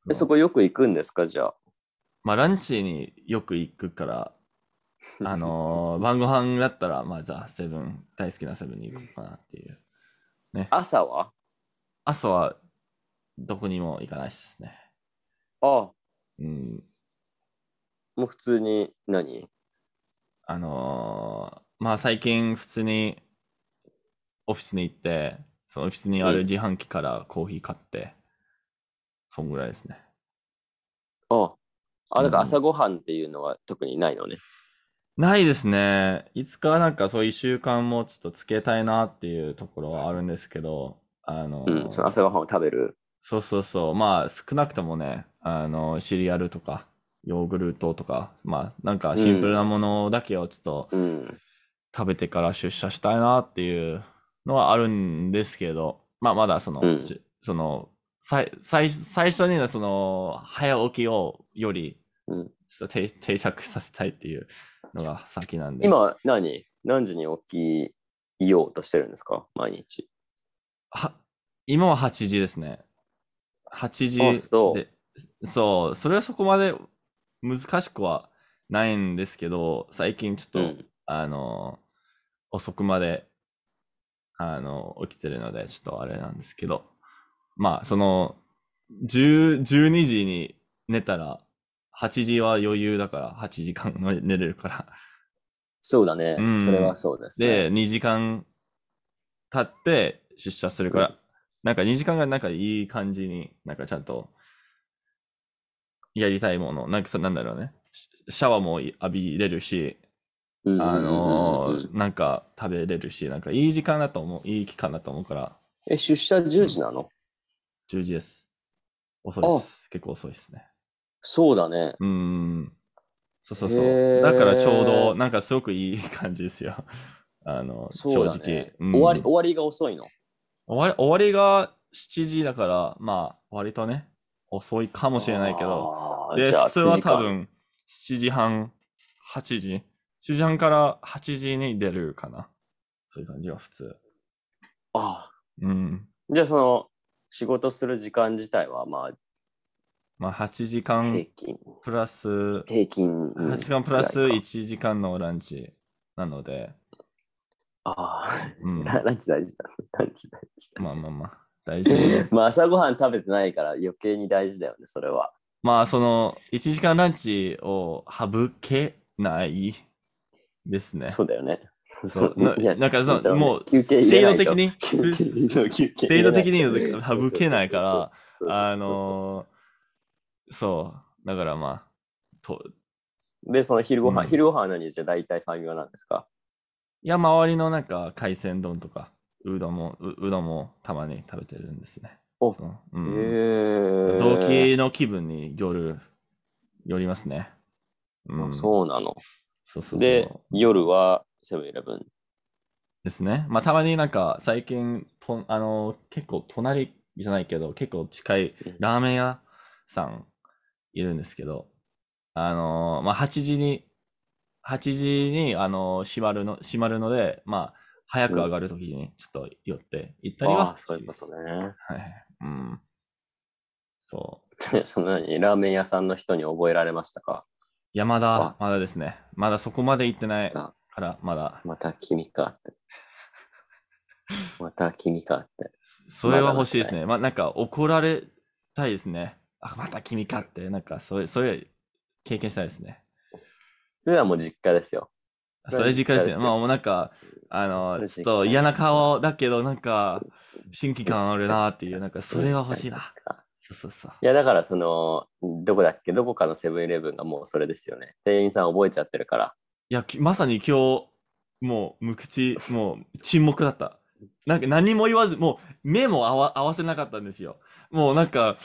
B: そそこよく行くんですかじゃあ。
A: まあランチによく行くから、 あのー、晩ご飯だったら、まあじゃあセブン、大好きなセブンに行こうかなっていう。ね、
B: 朝は
A: 朝はどこにも行かないですね。
B: ああ。
A: うん。
B: もう普通に何
A: あのー、まあ最近普通にオフィスに行って、そのオフィスにある自販機からコーヒー買って、うんそんぐらいですね。
B: ああ、だから朝ごはんっていうのは特にないのね、
A: うん。ないですね。いつかなんかそういう習慣もちょっとつけたいなっていうところはあるんですけど、あの、
B: うん、その朝ごはんを食べる。
A: そうそうそう。まあ少なくともね、あの、シリアルとか、ヨーグルトとか、まあなんかシンプルなものだけをちょっと、うん、食べてから出社したいなっていうのはあるんですけど、まあまだその、うん、その最最最初にのその早起きをより
B: うん
A: ちょっと定定着させたいっていうのが先なんで
B: 今何何時に起きようとしてるんですか毎日。
A: は今は8時ですね8時
B: あそう
A: でそうそれはそこまで難しくはないんですけど最近ちょっと、
B: うん
A: あの遅くまであの起きてるのでちょっとあれなんですけどまあその10 12時に寝たら8時は余裕だから8時間寝れるから
B: そうだね、
A: うん
B: それはそうですね。
A: で、2時間経って出社するから、
B: うん
A: なんか2時間がなんかいい感じに、なんかちゃんとやりたいもの、なんかさ、なんだろうね。シシャワーも浴びれるし、
B: うん
A: あの
B: うんうんうん
A: ーなんか食べれるし、なんかいい時間だと思う、いい期間だと思うから、
B: え、出社10時なの、
A: 10時です。遅いです。結構遅いですね。
B: そうだね。
A: うーん。そうそうそ
B: へ
A: う。
B: ー
A: だからちょうど、なんかすごくいい感じですよ。あの、
B: そうだ
A: 正直。
B: ね
A: うん
B: 終わり。終わりが遅いの。
A: 終わり終わりが7時だから、まあ、割とね、遅いかもしれないけど、
B: あー。
A: で、
B: じゃあ
A: 普通は
B: 9時間
A: 多分7時半、8時、7時半から8時に出るかな。そういう感じは普通。
B: あ
A: うん。
B: ーじゃあその仕事する時間自体はまあ
A: まあ、8時
B: 平
A: 間
B: 均、
A: プラス、8
B: 平均。うん
A: 時間プラス
B: ぐらいか
A: 1時間のランチなので、
B: あ
A: う
B: あ、
A: ん。
B: ラランチ大事だ。ランチ大事だ。
A: まあまあまあ、大事。
B: まあ朝ごはん食べてないから余計に大事だよね、それは。
A: まあ、その、1時間ランチを省けないですね。
B: そうだよね。
A: そうな
B: じゃあ
A: なんかそ
B: じゃ
A: の
B: あね
A: もう
B: 休憩入れ
A: 制
B: な
A: 度
B: いと
A: 的に
B: 休憩入れないと休憩入
A: 制
B: れ
A: 度
B: ない
A: 的
B: と
A: に省けないから
B: そうそうそうそう
A: あのーそうだからまあと
B: で、その昼ごはん、
A: うん
B: 昼ごはんは何じゃあ大体産業なんですか
A: いや周りのなんか海鮮丼とかうどんもううどんもたまに食べてるんですね
B: お
A: そのう
B: へえ
A: ん動機の気分によるよりますね、うん、そう
B: そうなの。
A: そうそう
B: で、夜はセブンイレブン。
A: ですね。まあ、たまになんか、最近、と、あの、結構隣じゃないけど、結構近い
B: うん
A: ラーメン屋さんいるんですけど、あの、まあ、8時に、8時に、あの、閉まるの、閉まるので、まあ、早く上がるときに、ちょっと寄って、行ったり
B: ああ
A: は
B: ー、そういうことね。
A: はい。うん。そう。
B: その何ラーメン屋さんの人に覚えられましたか
A: いや、まだ
B: あ、
A: まだですね。まだそこまで行ってない
B: あ
A: から、まだ。
B: また君かって。また君かって。
A: それは欲しいですね。まあ、なんか怒られたいですね。あ、また君かって、なんかそういう、そういう経験したいですね。
B: それはもう実家ですよ。
A: あそれ実家ですね。
B: そうですよ
A: まあ、もうなんか、あ
B: そ
A: の、
B: れ
A: ちょ
B: 実
A: っ
B: 家
A: と嫌な顔だけど、なんか、新規感あるなっていう、なんか、それは欲しいな。そうそうそう。
B: いやだからそのどこだっけどこかのセブンイレブンがもうそれですよね。店員さん覚えちゃってるから。
A: いや、きまさに今日、もう、無口、もう、沈黙だった。なんか、何も言わず、もう、目も合わ合わせなかったんですよ。もう、なんか、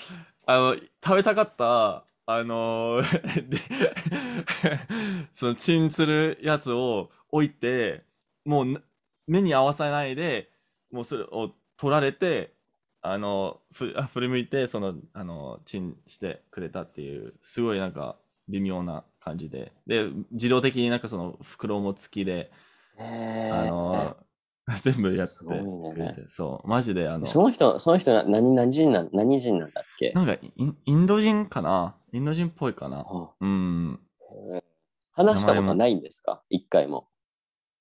A: あの、食べたかった、あの ーで、その、チンするやつを置いて、もうな、目に合わせないで、もう、それを取られて、あの、ふ、あ振り向いて、その、あの、チンしてくれたっていう、すごいなんか、微妙な感じで。で、自動的になんかその袋も付きで、あの、 全部やって
B: すごいね
A: くれて。そう、マジであの、
B: その人、その人な何何人なん何人なんだっけ
A: なんかインインド人かなインド人っぽいかな
B: あ
A: うん。
B: 話したことはないんですか一回も。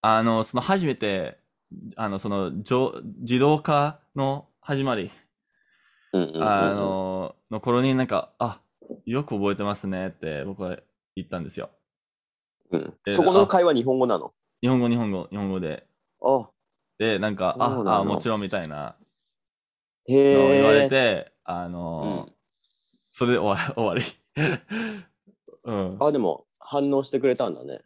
A: あの、その初めて、あの、その、じょ自動化の始まり、
B: うんうんうんうん
A: あの、の頃になんか、あ、よく覚えてますねって僕は言ったんですよ。
B: うん
A: えー
B: そこの会話日本語なの。
A: 日本語、日本語、日本語で。
B: あ
A: で、なんか、
B: そうな
A: あ、
B: の
A: あ、もちろんみたいな
B: へ
A: のを
B: え。
A: 言われて、あ
B: う
A: の、
B: ん
A: それで終わ終わり。うん。
B: あ、でも反応してくれたんだね。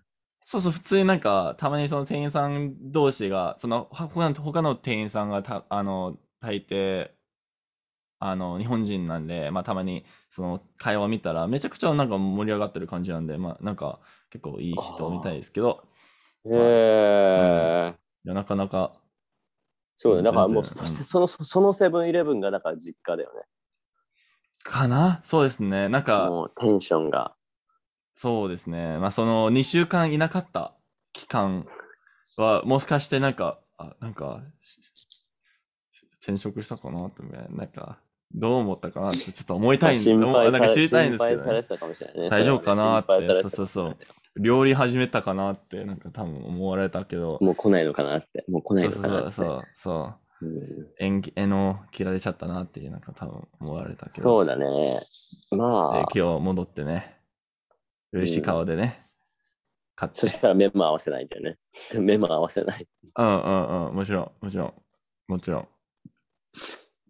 A: そうそう、普通になんか、たまにその店員さん同士が、その、は他の、他の店員さんがた、あの、大抵、あの、日本人なんで、まあたまに、その、会話見たら、めちゃくちゃなんか盛り上がってる感じなんで、まあなんか、結構いい人みたいですけど、
B: へえ。
A: いやなかなか、
B: そうだね。だからもう
A: 全然
B: そそのそそのセブンイレブンがだから実家だよね。
A: かなそうですね。なんか、
B: もうテンションが。
A: そうですね。まあ、その2週間いなかった期間は、もしかしてなんか、あなんか、転職したかなって、なんか、どう思ったかなって、ちょっと思いたいんで、
B: 心
A: なん
B: 配さ
A: か
B: れ
A: 知りたいんですけど、
B: 心配され
A: ね
B: て、たかもしれないね。
A: 大丈夫かなって
B: それはね心配されて
A: そ
B: た
A: うそうそう料理始めたかなって、なんか多分思われたけど、
B: もう来ないのかなって。もう来な
A: そ
B: いうの
A: そう
B: か
A: そ
B: な
A: う
B: っ
A: そ。
B: て
A: うそう。
B: うん
A: 縁起えの切られちゃったなっていう、なんか多分思われたけど。
B: そうだね。
A: で
B: まあ、
A: 今日戻ってね、嬉しい顔でね、買って。
B: そしたら目も合わせないんだよね。 目も合わせない。
A: うんうんうん、もちろん、もちろん、もちろん。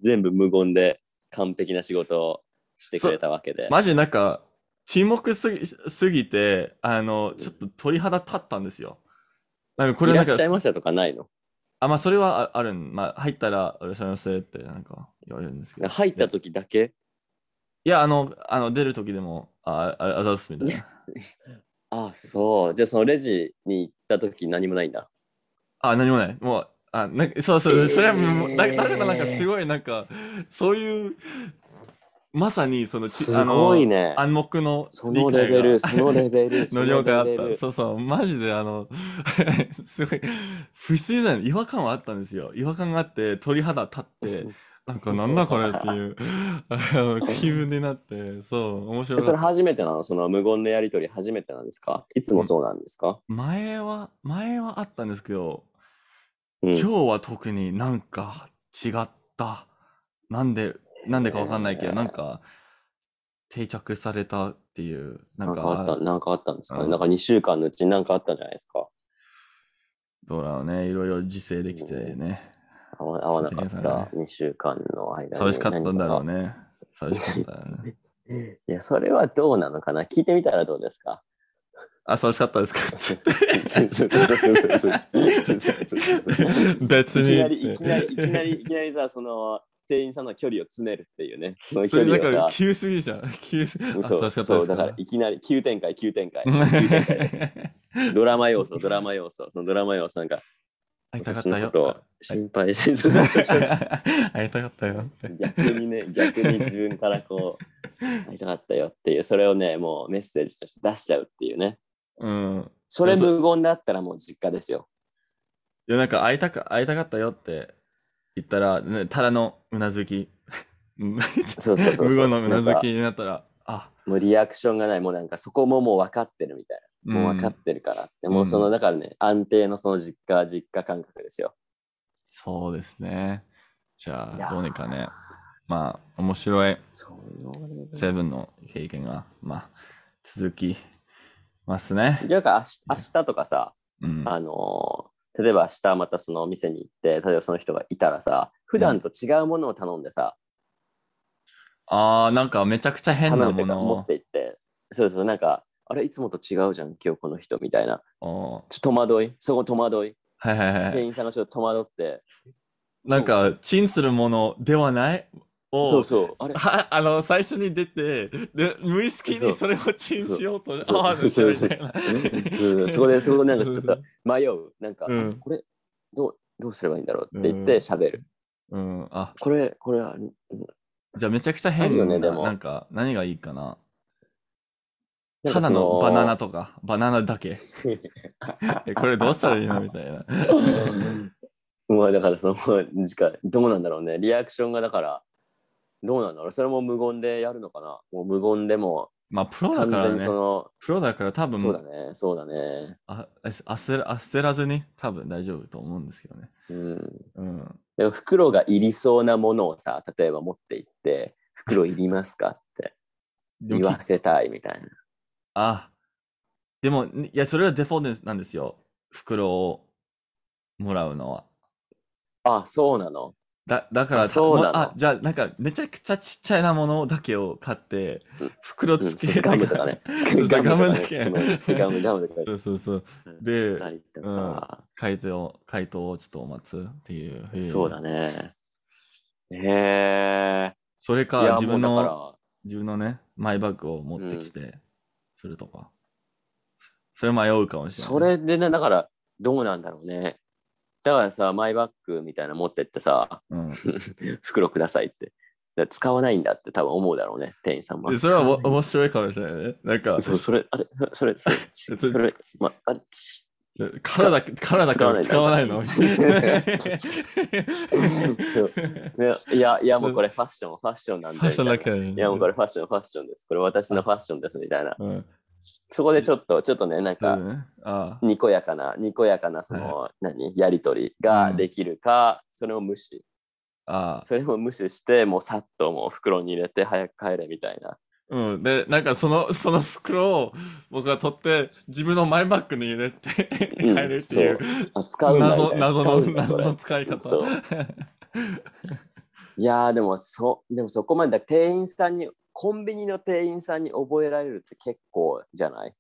B: 全部無言で完璧な仕事をしてくれたわけで。
A: マジなんか、沈黙すぎすぎて、あの、ちょっと鳥肌立ったんですよ。なんかこれなん
B: いらっしゃい
A: か、
B: ましたとかないの
A: あ、まあそれはああるん、まあ入ったら、いらっしゃいませってなんか言われるんですけど。
B: 入った
A: で
B: 時だけ
A: いや、あの、あの出る時でも、あ、ああざっすみたいな。
B: あそう。じゃあそのレジに行った時何もないんだ。
A: あ、何もない。もう、あ、なんか、そうそう、それはも
B: え
A: う、
B: ー
A: だだからなんかすごい、なんか、そういう、まさにそのち、
B: すごい
A: ね、
B: ね。
A: 暗黙の
B: そ
A: 理
B: の
A: 解
B: レベル、
A: が
B: そのレベル、そ
A: の量があっ
B: レベ
A: た。
B: ル
A: そうそう、マジであの、 すごい、不自然、違和感はあったんですよ。違和感があって、鳥肌立って、なんかなんだこれっていうあの気分になって、そう、面白
B: えそれ
A: かった。
B: 初めてなのその無言のやりとり初めてなんですかいつもそうなんですか、
A: 前は、前はあったんですけど、
B: うん
A: 今日は特になんか違った。なんで、なんでかわかんないけど、
B: へー
A: なんか定着されたっていう、な
B: なんんかあった、
A: か、
B: なんかあったんですか、ね
A: うん
B: なんか2週間のうちになんかあったんじゃないですか
A: どうだろうね、いろいろ自制できてね、
B: 合わ合わなか
A: そ
B: っ
A: うですね
B: た2週間の間に。
A: 寂しかったんだろうね。寂しかったよね。
B: ね。いや、それはどうなのかな聞いてみたらどうで すか
A: あ、寂しかったですか別に
B: いきなり、いきなり、いきなり、いきなりさ、その、店員さんの距離を詰めるっていうね。その
A: そ
B: 距
A: れだ
B: 離
A: か
B: を
A: ら
B: さ、
A: 急すぎじゃん。急すぎ。あ、寂しか
B: そ
A: った
B: う
A: です
B: そうだから
A: か
B: いきなり急展開急展開急展開 です ドラマ要素ドラマ要素そのドラマ要素なんか
A: 会いたかっ
B: 私
A: た
B: のこ
A: よ。
B: とを心配し
A: 会いたかったよって。
B: 逆にね逆に自分からこう会いたかったよっていうそれをねもうメッセージとして出しちゃうっていうね
A: うん。
B: それ無言だったらもう実家ですよ
A: いや、なんか会いたか、会いたかったよって言ったら、ね、ただのうなずき。うん
B: そうそうそうそう
A: 無言のうなず
B: なん
A: き
B: か
A: になったら、あ、
B: もうリアクションがないもうなんかそこももう分かってるみたいなもう分かってるからって、もうそのだからね安定のその実家実家感覚ですよ
A: そうですね。じゃ
B: いや
A: あ、
B: ー
A: どうにかね、まあ、面白い
B: そう
A: セブンの経験が、まあ、続きますね。
B: じゃあ明日明日とかさ
A: うん。
B: あのー例えば明日またそのお店に行って、例えばその人がいたらさ、普段と違うものを頼んでさ、
A: あー、なんかめちゃくちゃ変
B: 頼
A: な
B: むとい
A: も
B: うか持っ
A: の
B: て行って、そうそう、なんか、あれ、いつもと違うじゃん、今日この人みたいな。
A: を。
B: ちょっと戸惑い、そこ戸惑い、
A: はいはいは
B: 店
A: い。
B: 員さんがちょっと戸惑って、
A: なんか、チンするものではないを、
B: そうそう、あれ、
A: はあの最初に出てで無意識にそれをチンしようとああ
B: そうそう
A: みたいな
B: うんそこで、そこでなんかちょっと迷う、なんか、
A: うん
B: これどう、どうすればいいんだろうって言って喋る。
A: うんあ
B: これ、これは、
A: じゃあめちゃくちゃ変
B: あるよ
A: な、
B: ねでも
A: なんか何がいいかな
B: なん
A: た
B: かそ
A: だのバナナとかバナナだ けえこれどうしたらいいのみたいな
B: まあだからその時間どうなんだろうねリアクションがだからどうなんだろうそれも無言でやるのかなもう無言でも
A: まあプロだ
B: 完
A: から
B: 全に
A: ね
B: その、
A: プロだから多分
B: そうだねそうだね
A: あ焦ら焦らずに多分大丈夫と思うんですけどね
B: うん
A: うん
B: でも袋がいりそうなものをさ例えば持って行って袋いりますかって
A: で
B: 言
A: もき
B: わせたいみたいな
A: あでもいやそれはデフォルトなんですよ袋をもらうのは
B: あそうなの
A: だだから
B: あそうなの
A: もあじゃあなんかめちゃくちゃちっちゃいなものだけを買って
B: うん
A: 袋
B: うん
A: つけ
B: そうガムとかね
A: そうそうガムだ
B: とか
A: け
B: ねその土ガムガムとか
A: そうそうそう
B: うん
A: で
B: なりとか、
A: 回答を回答をちょっとお待つっていうへえ
B: そうだねへえ
A: それ
B: い
A: か
B: や
A: 自分
B: もう
A: の
B: だから
A: 自分のねマイバッグを持ってきてするとか、それ迷うかもしれない
B: それでね、だから、どうなんだろうね。だからさ、マイバッグみたいなの持ってってさ、
A: うん
B: 袋くださいってだから使わないんだって多分思うだろうね、店員さんも。
A: でそれはお面白いかもしれないね。なんか、
B: そうそれ、あれ、それ、そ れ、それ、それまあれ、ち
A: 体、体から使わ ないのみたいな
B: そうねいや、いや、もうこれファッション、ファッションなんで。
A: ファッショ ンだけ
B: み
A: だよ
B: た
A: ね
B: いないや、もうこれファッション、ファッションです。これ私のファッションです、みたいな。
A: うん。
B: そこでちょっと、ちょっとね、なん
A: そうだ
B: か、
A: ね。あ
B: にこやかな、にこやかな、その、何、やりとりができるか、それを無視。
A: あ。ああ。
B: それを無視して、もうさっともう袋に入れて、早く帰れみたい な。
A: うん。で、なんかその、その袋を僕が取って、自分のマイバッグに入れて
B: う
A: 帰
B: ん
A: るっていう、
B: あ使うんだみ
A: 謎、
B: たい
A: 謎の、
B: な使うんだ
A: 謎
B: それ
A: の使い方。
B: そういやーでもそでもそこまでだ店員さんにコンビニの店員さんに覚えられるって結構じゃない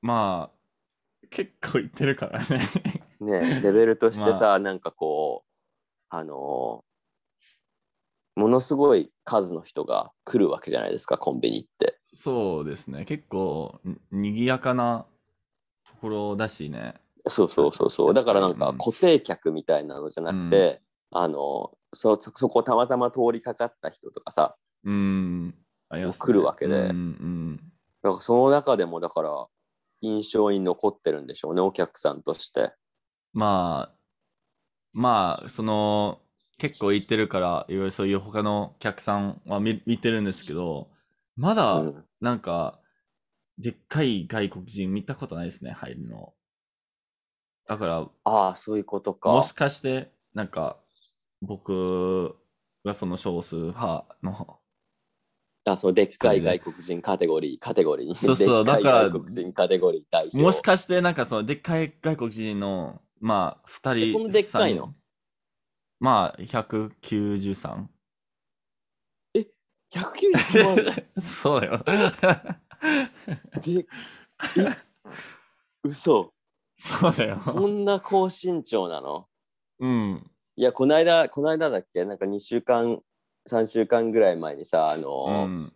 A: まあ、結構言ってるからね。
B: ねえレベルとしてさ、
A: ま
B: なんかこうあのーものすごい数の人が来るわけじゃないですかコンビニって。
A: そうですね。結構、にぎやかなところだしね。
B: そうそうそうそうだからなん
A: う
B: か
A: ん
B: 固定客みたいなのじゃなくて、あのーそそそこたまたま通りかかった人とかさ
A: うん。ありますね
B: 来るわけで
A: うんうん。
B: なんかその中でもだから印象に残ってるんでしょうねお客さんとして。
A: まあ、まあ、その、結構行ってるから、いろいろそういう他のお客さんは見見てるんですけど、まだ
B: うん
A: なんか、でっかい外国人見たことないですね、入るの。だから、
B: ああそういうことか。
A: もしかして、なんか、僕がその少数派の、
B: あ、そのでっかい外国人カテゴリー、カテゴリーに。
A: そうそう
B: でっ
A: だ
B: い
A: から
B: 外国人カテゴリー代表。
A: もしかしてなんかそのでっかい外国人の、まあ、二人、
B: そんなでっかいの
A: 三人まあ、193。
B: 190万で
A: そうだよ。
B: え 嘘。
A: そうだよ。
B: そんな高身長なの
A: うん。
B: いや、こないだ、こないだだっけなんか2週間、3週間ぐらい前にさ、あ
A: う
B: の、
A: ん。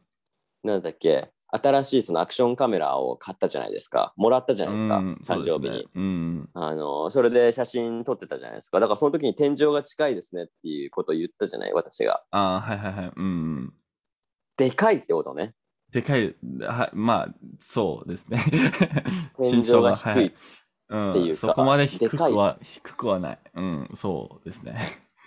B: なんだっけ、新しいそのアクションカメラを買ったじゃないですか。もらったじゃないですか、
A: うん
B: 誕生日に。。
A: そうですねうん。
B: あのそれで写真撮ってたじゃないですかだからその時に天井が近いですねっていうことを言ったじゃない私が
A: ああ、はいはいはい。うん。
B: でかいってことね
A: でかい、はい、まあ、そうですね。
B: 天井が
A: は
B: 低い。っていうか
A: ん、そこまで低
B: で
A: く
B: かい
A: は、低くはない。うん、そうですね。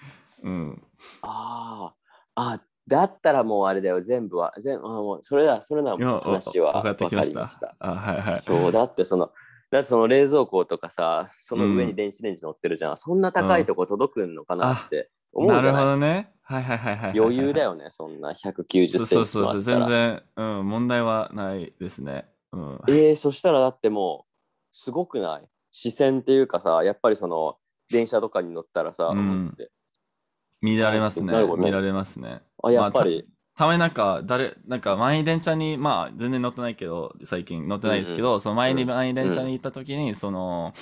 A: うん。
B: ああ、あだったらもうあれだよ、全部は、全部、あもうそれだ、それなら
A: いや
B: もう話は
A: わか
B: 分
A: っ
B: か
A: て
B: り
A: き
B: ま
A: ま
B: し。
A: したた。あはいはい。
B: そう、だってその、だってその冷蔵庫とかさ、その上
A: う
B: に
A: ん
B: 電子レンジ乗ってるじゃん。そんな高いとこ届くのかなって思う
A: な
B: じゃ
A: るほ
B: ない。
A: どね。はいはいはいはいはい。
B: 余裕だよね、そんな190セ
A: そ
B: ン
A: う
B: チ
A: そ
B: もあ
A: う
B: ったら。
A: そうそう。全然、うん、問題はないですね。うん。
B: えー、そしたらだってもう、すごくない視線っていうかさ、やっぱりその、電車とかに乗ったらさ、
A: うん
B: 思って
A: 見られますね
B: なるほ。ど
A: 見られますね。
B: あ、やっぱり、
A: たまになんか、誰、なんか、満員電車に、まあ、全然乗ってないけど、最近乗ってないですけど、その前に
B: うん
A: 満員電車に行った時に、その、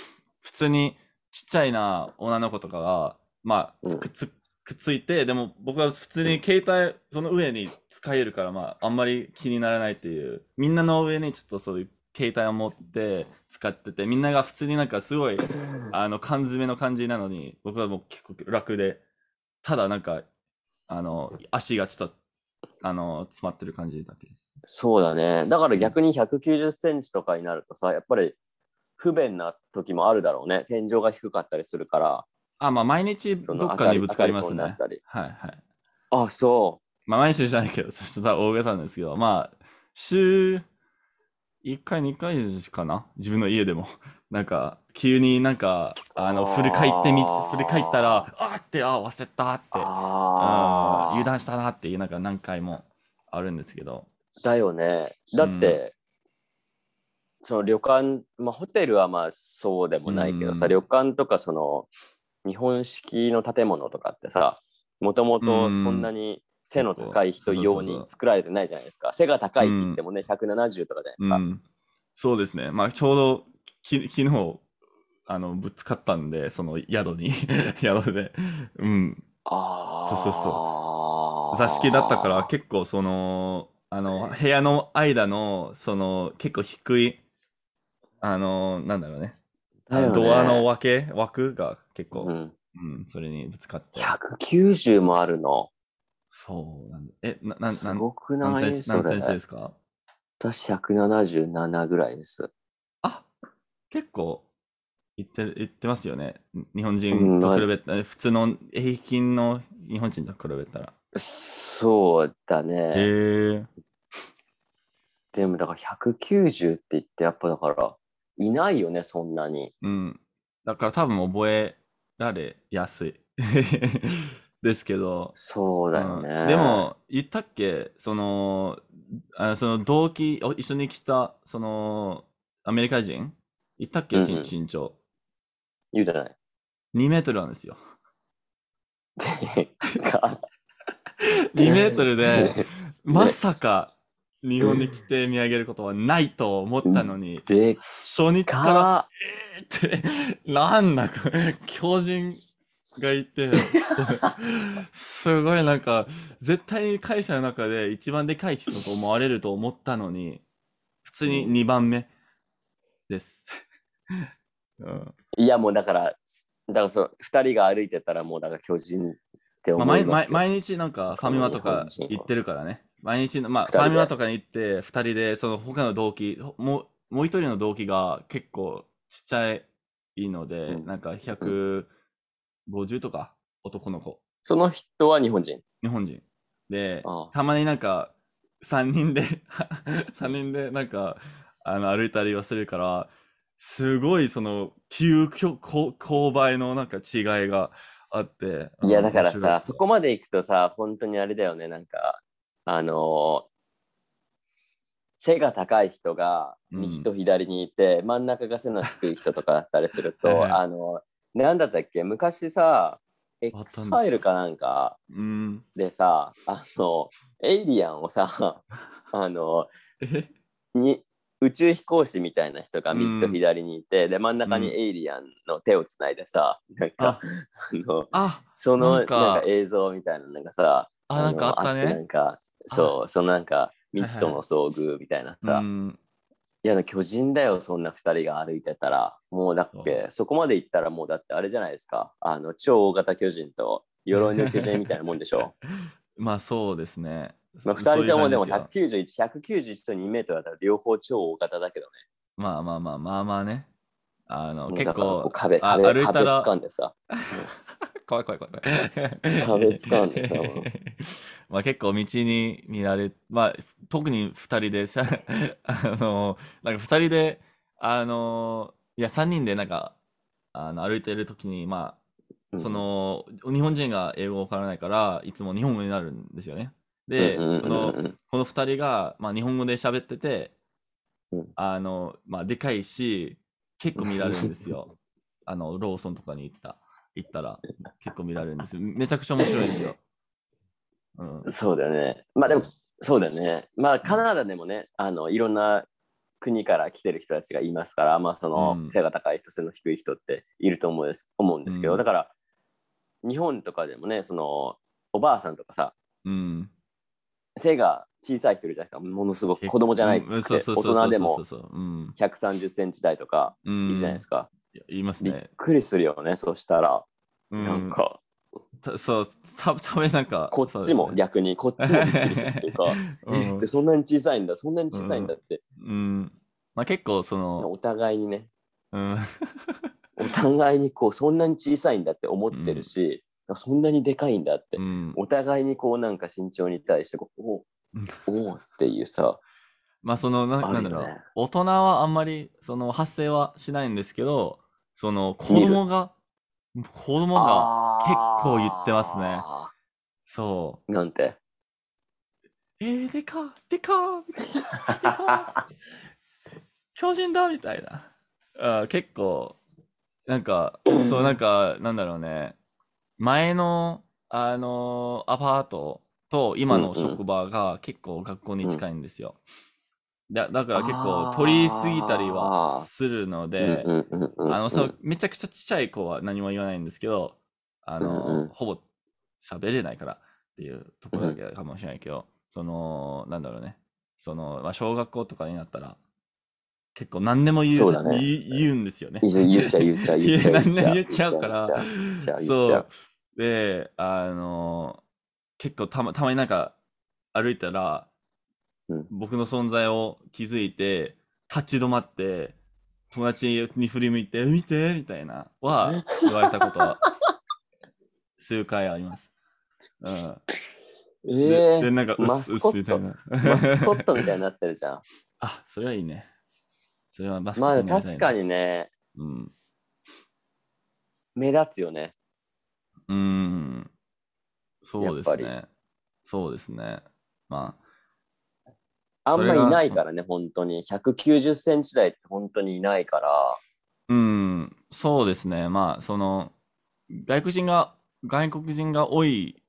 A: 普通にちっちゃいな女の子とかが、ま
B: う
A: あ、
B: ん
A: くっつ、くっついて、でも僕は普通に携帯、その上に使えるから、まあ、あんまり気にならないっていう、みんなの上にちょっとそういう携帯を持って使ってて、みんなが普通になんかすご い、あの、缶詰の感じなのに、僕はもう結構楽で、ただなんか、あの、足がちょっと、あの、詰まってる感じだけです。
B: そうだね。だから逆に190センチとかになるとさ、やっぱり不便な時もあるだろうね。天井が低かったりするから、
A: あ、まあ、毎日
B: そ
A: ど
B: の
A: っかにぶつかりま
B: 当たりそ
A: す
B: う
A: ね。
B: にな
A: はい
B: ったり。
A: はい。
B: あ、そ
A: まあ、毎週じゃないけど、 そしたら大げさなんですけど、まあ、週1回、2回かな自分の家でも。 なんか、急になんか、あの、
B: あー
A: 振り返ってみ、振り返ったら、あーって、あー忘れたって
B: う。、
A: あー
B: あ
A: 油
B: あ。
A: 断したなっていう、なんか何回もあるんですけど。
B: だよね。だって、その旅館、まあホテルはまあそうでもないけどさ、
A: うん
B: 旅館とかその日本式の建物とかってさ、もともとそんなに背の高い人用に作られてないじゃないですか。背が高いって言ってもね、170とかじゃないです
A: う
B: か。
A: ん、そうですね、まあ、ちょうどき昨日あのぶつかったんで、その宿に、 宿で、うん、
B: ああ。
A: そうそう
B: そ
A: 座敷だったから、結構その、あの部屋の間の、その結構低い、あの、なんだろうね、
B: だよね
A: ドアの分け、枠が結構、
B: う
A: うん
B: ん、
A: それにぶつかって、
B: 190もあるの。
A: そうなんだ。え、な、な、なん
B: すごく
A: 何
B: ない
A: センチ
B: そ
A: 何セ
B: れ
A: ンチ。ですか
B: 私177ぐらいです。
A: あ結構言ってる言ってますよね。に日本
B: うん
A: 人と比べたら、普通の平均の日本人と比べたら。
B: そうだ
A: へ
B: ね。
A: え
B: でもだから190って言ってやっぱだからいないよね、そんなに。
A: うん。だから多分覚えられやすい。 ですけど。
B: そうだよね。
A: うんで、も、言ったっけその、あのその同期、お一緒に来た、その、アメリカ人言ったっけ、
B: うん
A: 身
B: うん
A: 身長。
B: 言うじゃない。
A: 2メートルなんですよ。
B: か
A: 2メートルで、まさか日本に来て見上げることはないと思ったのに、
B: で
A: 初日から、
B: か
A: えーって、なんだか、狂人がいて、すごいなんか、絶対に会社の中で一番でかい人と思われると思ったのに、普通に2番目です。うん
B: いやもうだから、だからそう、二人が歩いてたらもうだから巨人って
A: ま
B: 思
A: あ、毎
B: いま
A: 毎
B: すよ。
A: 毎日なんかファミマとか行ってるからね。毎日の、まあ、フ
B: 二人で
A: ァミマとかに行って、二人で、その他の同期、ほもう、もう一人の同期が結構ちっちゃいので、
B: うん
A: なんか150とか、男の子、
B: その人は日本人。
A: 日本人。で、
B: ああ
A: たまになんか、三人で、 三人でなんか、あの、歩いたりはするから、すごいその、急きこ勾配のなんか違いがあって。
B: いやだから
A: 面白
B: さ、
A: い
B: そこまで行くとさ、本当にあれだよね、なんか、あのー背が高い人が
A: うん
B: 右と左にいて、真ん中が背の低い人とかだったりすると、
A: はいはい
B: あのーなんだったっけ、昔さ、
A: たんです
B: X ファイルかなんか
A: うん。
B: でさ、あの、エイリアン をさ、あの、
A: え
B: に宇宙飛行士みたいな人が右と
A: うん
B: 左にいて、で、真ん中に
A: うん
B: エイリアンの手をつないでさ、なん
A: あ
B: か、あの、
A: あ、
B: その
A: な
B: なんん
A: か
B: か映像みたいなのがさ、
A: あ、なんか
B: の
A: あった
B: ってな
A: ね
B: ん。か、そう、そのなんか、未知との遭遇みたいな
A: う
B: さ、い
A: ん、
B: や、巨人だよ、そんな二人が歩いてたら。もうだっけ、そこまで行ったらもうだってあれじゃないですか、あの、超大型巨人と鎧の巨人みたいなもんで しょ。
A: まあそうですね。
B: ま
A: そ
B: あ、二人ともでも。
A: そういう感じすよ
B: 191、191と2メートルだったら両方超大型だけどね。
A: まあまあまあまあまあね。あの、
B: もう
A: 結
B: だからこ
A: 構
B: う、壁、
A: あ
B: 壁、
A: 歩い
B: 壁
A: たら
B: 掴んでさ。
A: 怖い怖い怖い怖 い。
B: 壁掴んでたもん
A: まあ結構道に見られ、まあ特に二人でさ、 あの、なんか二人で、あの、いや三人でなんか、あの歩いてる時に、まあ、
B: うん
A: そ、の、日本人が英語わからないから、いつも日本語になるんですよね。で、
B: うんうんうんうん
A: その、この2人が、まあ、日本語で喋ってて、
B: うん
A: あの、まあ、でかいし、結構見られるんです よ。あの、ローソンとかに行った、行ったら、結構見られるんですよ。めちゃくちゃ面白いですよ。うん。
B: そうだよね。まあでも、そうだよね。まあカナダでもね、あのいろんな国から来てる人たちがいますから、まあその、
A: うん
B: 背が高い人、背の低い人っていると思うんです思うんですけど、
A: うん
B: だから日本とかでもね、そのおばあさんとかさ、
A: うん。
B: 背が小さい人いるじゃないですか、ものすごく子供じゃないって、
A: うんそう
B: 大
A: そうそうそう
B: 人で
A: そ
B: も
A: うそうそう。うん。
B: 130センチ台とか
A: う
B: い
A: ん。
B: るじゃないですか。
A: 言います
B: びっ
A: ね。
B: くりするよね、そうしたら。
A: う
B: なんか、
A: たそう、た ためなんか、
B: こっちも、逆に、こっちもびっくりするっていうか、
A: そうです
B: え
A: ね
B: ってそんなに小さいんだ、そんなに小さいんだって、
A: うん。うんまあ、結構、その、
B: お互いにね、
A: うん。
B: お互いにこうそんなに小さいんだって思ってるし、そんなにでかいんだって、
A: うん
B: お互いにこうなんか身長に対してこうおおおっていうさ、
A: まあそのな
B: あるよ
A: なんだろう、
B: ね
A: 大人はあんまりその発生はしないんですけどその子
B: 見る
A: 供が子供が結構言ってますね
B: あ
A: そ
B: ー。なんて。
A: うえー、でかでかみたいな巨人だみたいなあー結構なんかそうなんかなんだろうね前のあのーアパートと今の職場が結構学校に近いんですよ、だだから結構取りすぎたりはするので、
B: うんうんうんうん
A: あのそうめちゃくちゃちっちゃい子は何も言わないんですけど、あの、
B: うんうん
A: ほぼ喋れないからっていうところだけかもしれないけど、その、なんだろうね、その、まあ、小学校とかになったら、結構何でも言
B: そううだね
A: 言う言うんですよね。
B: 言っちゃう言っちゃう言っちゃう
A: いや何
B: 言っちゃ
A: 言っ
B: う
A: ちゃうから
B: 言っちゃう言っちゃう言っちゃう言っちゃう
A: そう。で、あの、結構たま、たまになんか歩いたら、
B: うん
A: 僕の存在を気づいて、立ち止まって、友達に振り向いて、見てみたいな、は言われたことは、数回あります。うん。
B: え
A: で
B: え
A: で、なんか、うっすう
B: マス
A: っ
B: コッ
A: す
B: ト
A: みたいな。
B: マスコットみたいになってるじゃん。
A: あ、それはいいね。それはマスコッ
B: ま
A: ト
B: あ
A: になりた
B: 確
A: いね
B: かにね、
A: うん。
B: 目立つよね。
A: うーん。そうです
B: やっ
A: ね。そうですね。まあ、
B: あんま
A: それが
B: いないからね、本当に。190センチ台って本当にいないから。
A: うん、そうですね。まあ、その、外国人が、外国人が多い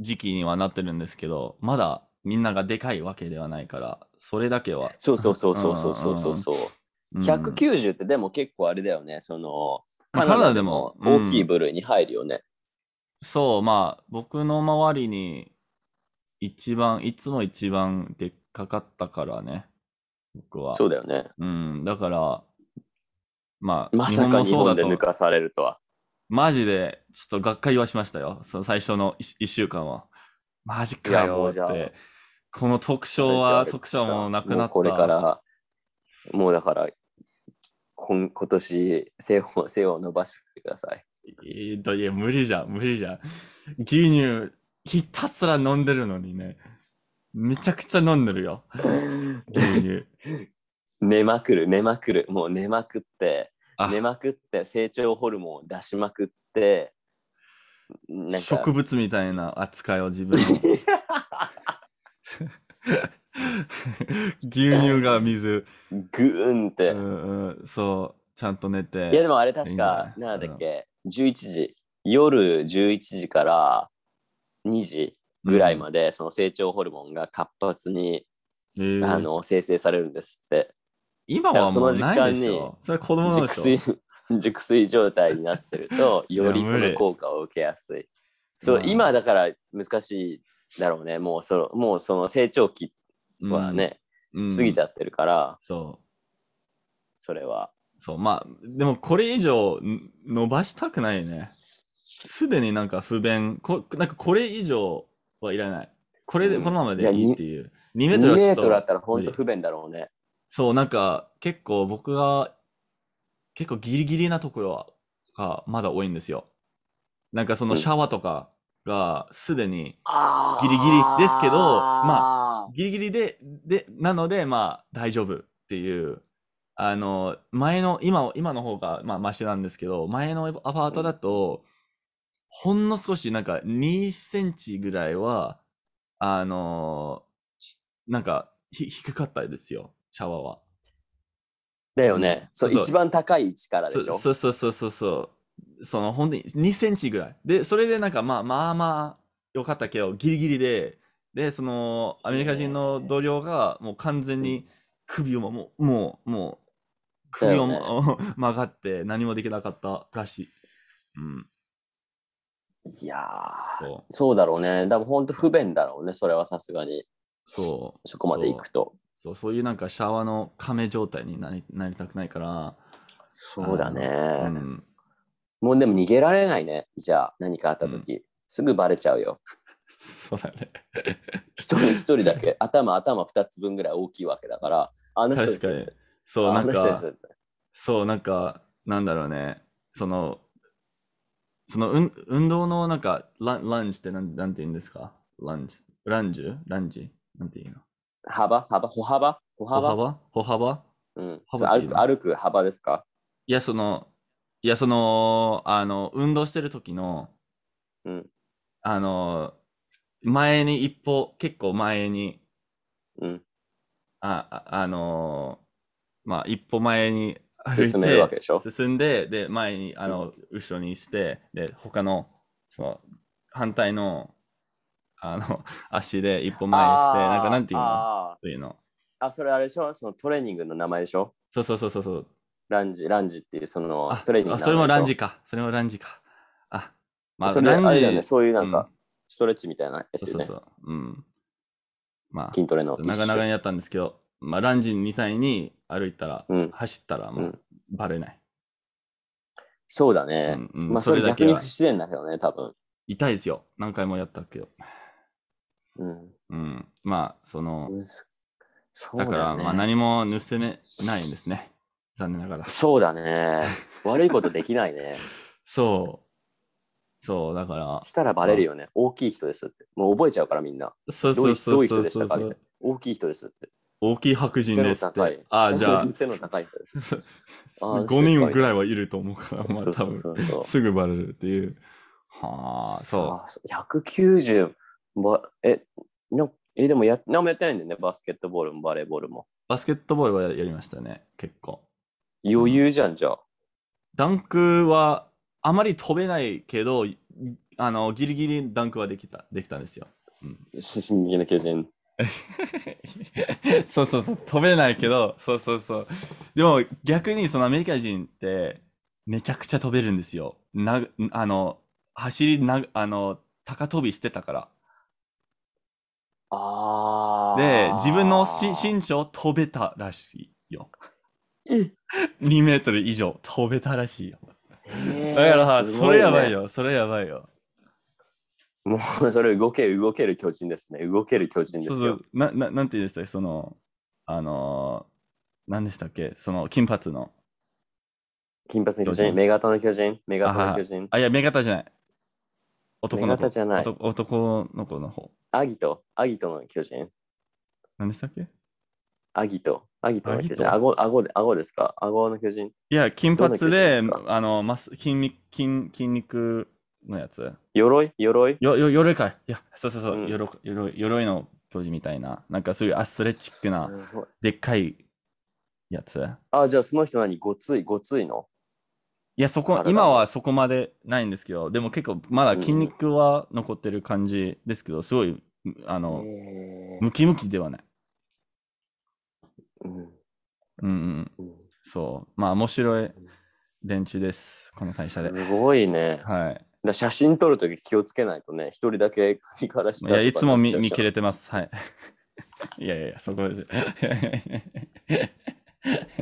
A: 時期にはなってるんですけど、まだみんながでかいわけではないから、それだけは。
B: そうそうそうそうそうそうそうそう。
A: うん
B: 190ってでも結構あれだよね、その、
A: カナダでも
B: カナダでも大きい
A: うん
B: 部類に入るよね。
A: そう、まあ、僕の周りに、一番、いつも一番でっかかったからね、僕は。
B: そうだよね。
A: うん、だから、まあ、
B: まさか
A: も
B: 日本で
A: と
B: 抜かされるとは。
A: マジで、ちょっとがっかりはしましたよ。その最初の1週間は。マジか
B: いやも
A: よ
B: うじゃ
A: っ
B: あ
A: て。この特賞は、特賞もなくな
B: も
A: っ
B: う
A: た。
B: これから、もうだから、今今年背を、背を伸ばしてください。
A: えーといや、無理じゃん、無理じゃん。牛乳、ひたすら飲んでるのにね。めちゃくちゃ飲んでるよ。牛乳。
B: 寝まくる、寝まくる。もう寝まくって、
A: あ
B: 寝まくって、成長ホルモンを出しまくって、 なんか
A: 植物みたいな扱いを自分 の。牛乳が水。
B: ぐーんっ
A: う
B: て。
A: んうん、そう、ちゃんと寝て。
B: いやでもあれ
A: いい
B: 確
A: んじゃ
B: か
A: な、い
B: なんだっけ、11時、夜11時から2時ぐらいまで、その成長ホルモンが活発に、
A: うん、えー
B: あの生成されるんですって。
A: 今はもうないでしょ。それ子供の
B: 熟
A: でし
B: 睡
A: ょ。、
B: 熟睡 状態になってると、より
A: いや
B: そ
A: 無理
B: の効果を受けやすい。そう
A: う、ん
B: 今だから難しいだろうね。もうその、もうその成長期はね、
A: うん、
B: 過ぎち
A: ゃ
B: ゃってるから、
A: そ
B: それは。
A: う。そう。まあ、でもこれ以上ん伸ばしたくないね。すでになんか不便。こなんかこれ以上はいらない。これで、
B: うん
A: このまま
B: い
A: で
B: や
A: いいっていう。2メートル
B: 2
A: はちょ
B: メー
A: っ
B: トルだっ
A: と。
B: たら本当不便だろうね。
A: そう、なんか結構僕が、結構ギリギリなところがまだ多いんですよ。なんかそのシャワーとかがすでに
B: あー
A: ギリギリですけどまギリギリで、で、なので、まあ、大丈夫っていう、あの、前の、今、今の方が、まあ、マシなんですけど、前のアパートだと、ほんの少し、なんか、2センチぐらいは、あの、ちなんか、ひ、低かったですよ、シャワーは。
B: だよね。そう、
A: そう
B: 一番高い位置からでしょ。
A: そそうそうそうそうそう。その、ほんとに2センチぐらい。で、それでなんか、まあまあまあ、よかったけど、ギリギリで、で、その、アメリカ人の同僚が、もう完全に首をも、もう、もう、もう、首を
B: だよ
A: も 曲がって何もできなかったらしい。うん、
B: いやー
A: そう。
B: そうだろうね。多分本当不便だろうね。それはさすがに。
A: そう。
B: そこまで行くと。
A: そう、そういうなんかシャワーの亀状態になりなりたくないから、
B: そうだね、
A: うん、
B: もうでも逃げられないね。じゃあ何かあった時、すぐバレちゃうよ。
A: そうだね。
B: 一人一人 だけ、頭、頭二つ分ぐらい大きいわけだから、あの人
A: 確かに。そう、な
B: あ
A: ん
B: の
A: か
B: 人、です
A: そう、なんか、なんだろうね。その、その、うん、運動の、なんか、ラン、ランジってなん、なんて言うんですかランジ。ランジュランジなんて言うの
B: 幅幅歩幅歩
A: 歩
B: 幅
A: 幅歩幅
B: うん、
A: 幅
B: そ
A: っ
B: う
A: ていうの
B: 歩く歩く幅ですか
A: いや、その、いや、その、あの、運動してる時の、
B: うん。
A: あの、前に一歩、結構前に、
B: うん。
A: あ、ああのーまあ、一歩前に歩い
B: 進めるわ
A: て、
B: けでしょ
A: 進んで、で、前に、あの、後ろにして、で、他の、その、反対の、あの、 足で一歩前にして、
B: あー
A: なんか、なんていうの
B: あ
A: そういうの。
B: あ、それあれでしょそのトレーニングの名前でしょ
A: そうそうそうそうそう。
B: ランジ、ランジっていうその
A: あ、
B: トレーニング
A: あそれもランジ
B: か。
A: か。それもランジか。あ、ま
B: それあれだよね、
A: ランジ、
B: そういうな
A: うん
B: か、ストレッチみたいなやつ
A: そうそう
B: よね。
A: そう。うん。まあ、
B: 筋トレの一種。
A: 長々にやったんですけど、まあ、ランジみたいに歩いたら、
B: うん
A: 走ったら、も
B: う、
A: うんバレない。
B: そうだ
A: う
B: ね。
A: んうん
B: まあ、それ
A: だ
B: 逆
A: け
B: に
A: は
B: 不自然だけどね、多分。
A: 痛いですよ。何回もやったけど。
B: うん。
A: うん。まあ、その、
B: むずそう
A: だ
B: だ
A: から、まあ
B: ね
A: 何も盗めないんですね。残念ながら。
B: そう だね。悪いことできないね。
A: そう。そう、だから、
B: したらバレるよね。大きい人ですって。もう覚えちゃうからみんな。
A: そう
B: ど
A: そうう
B: い
A: そ
B: どういう
A: そう
B: う人でし
A: そ
B: た
A: う
B: かみたいな大きい人ですって。
A: 大きい白人
B: 背
A: で
B: の
A: すっ
B: 高い
A: て。。ああ、じゃあ、
B: 背の高い人です。あー
A: 5人ぐらいはいると思うから、 まあ
B: そうそ
A: 多
B: う
A: 分、
B: そうそう
A: すぐバレるっていう。はあ、そう。
B: あ。190ば、え、なえでもや何もやってないんだよね。バスケットボールもバレーボールも。
A: バスケットボールはやりましたね、結構。
B: 余裕じゃん、じゃあ。
A: ダンクはあまり飛べないけど、いあの、ギリギリダンクはできた、できたんですよ。
B: 進撃の巨人。
A: そうそうそう、飛べないけど、そうそうそう。でも逆にそのアメリカ人ってめちゃくちゃ飛べるんですよ。な、あの、走りな、あの、高飛びしてたから。
B: ああ。
A: で、自分のし身長飛べたらしいよ。
B: え
A: 2メートル以上飛べたらしいよ。
B: へー
A: だから、
B: す
A: そ
B: ご
A: れやばい
B: ね。
A: よ、それやばいよ。
B: もうそれ動ける動ける巨人ですね。動ける巨人です
A: そ
B: よ。
A: うそう、な、ななんて言うんでしたっけ、その、あのー、何でしたっけ、その金髪の。
B: 金髪の巨
A: 巨
B: 人、
A: 人
B: 目型の巨人、目型の巨人、
A: あ、いや、目型じゃない。男の子。
B: 目型じゃない
A: 男男の子の方。
B: アギト、アギトの巨人、
A: 何でしたっけ
B: アギト、アギトの巨
A: アギ
B: 人、
A: ト
B: 顎顎で顎ですか顎の巨人。
A: いや、金髪で、
B: どんな
A: あの、マス筋肉、筋筋肉のやつ。
B: 鎧鎧
A: よ、よ、鎧かい。いや、そうそうそうう、
B: ん
A: 鎧、鎧、鎧の教授みたいな。なんかそういうアスレチックな、
B: すごい
A: でっかいやつ。
B: あ、じゃあその人何ごつい、ごついの
A: いや、そこ、
B: 体
A: 今
B: の
A: はそこまでないんですけど、でも結構まだ筋肉は残ってる感じですけど、すごい、あの、
B: へー
A: ムキムキではない。
B: うん
A: うんうん。
B: うん
A: そう。まあ、面白い連中です。この会社で。
B: すごいね。
A: はい。
B: だ写真撮るとき気をつけないとね、一人だけ首から下
A: い
B: とか
A: や、いつも見
B: なっちゃう
A: 見
B: から
A: 切れてます。はい。 いやいやいや、そこ です。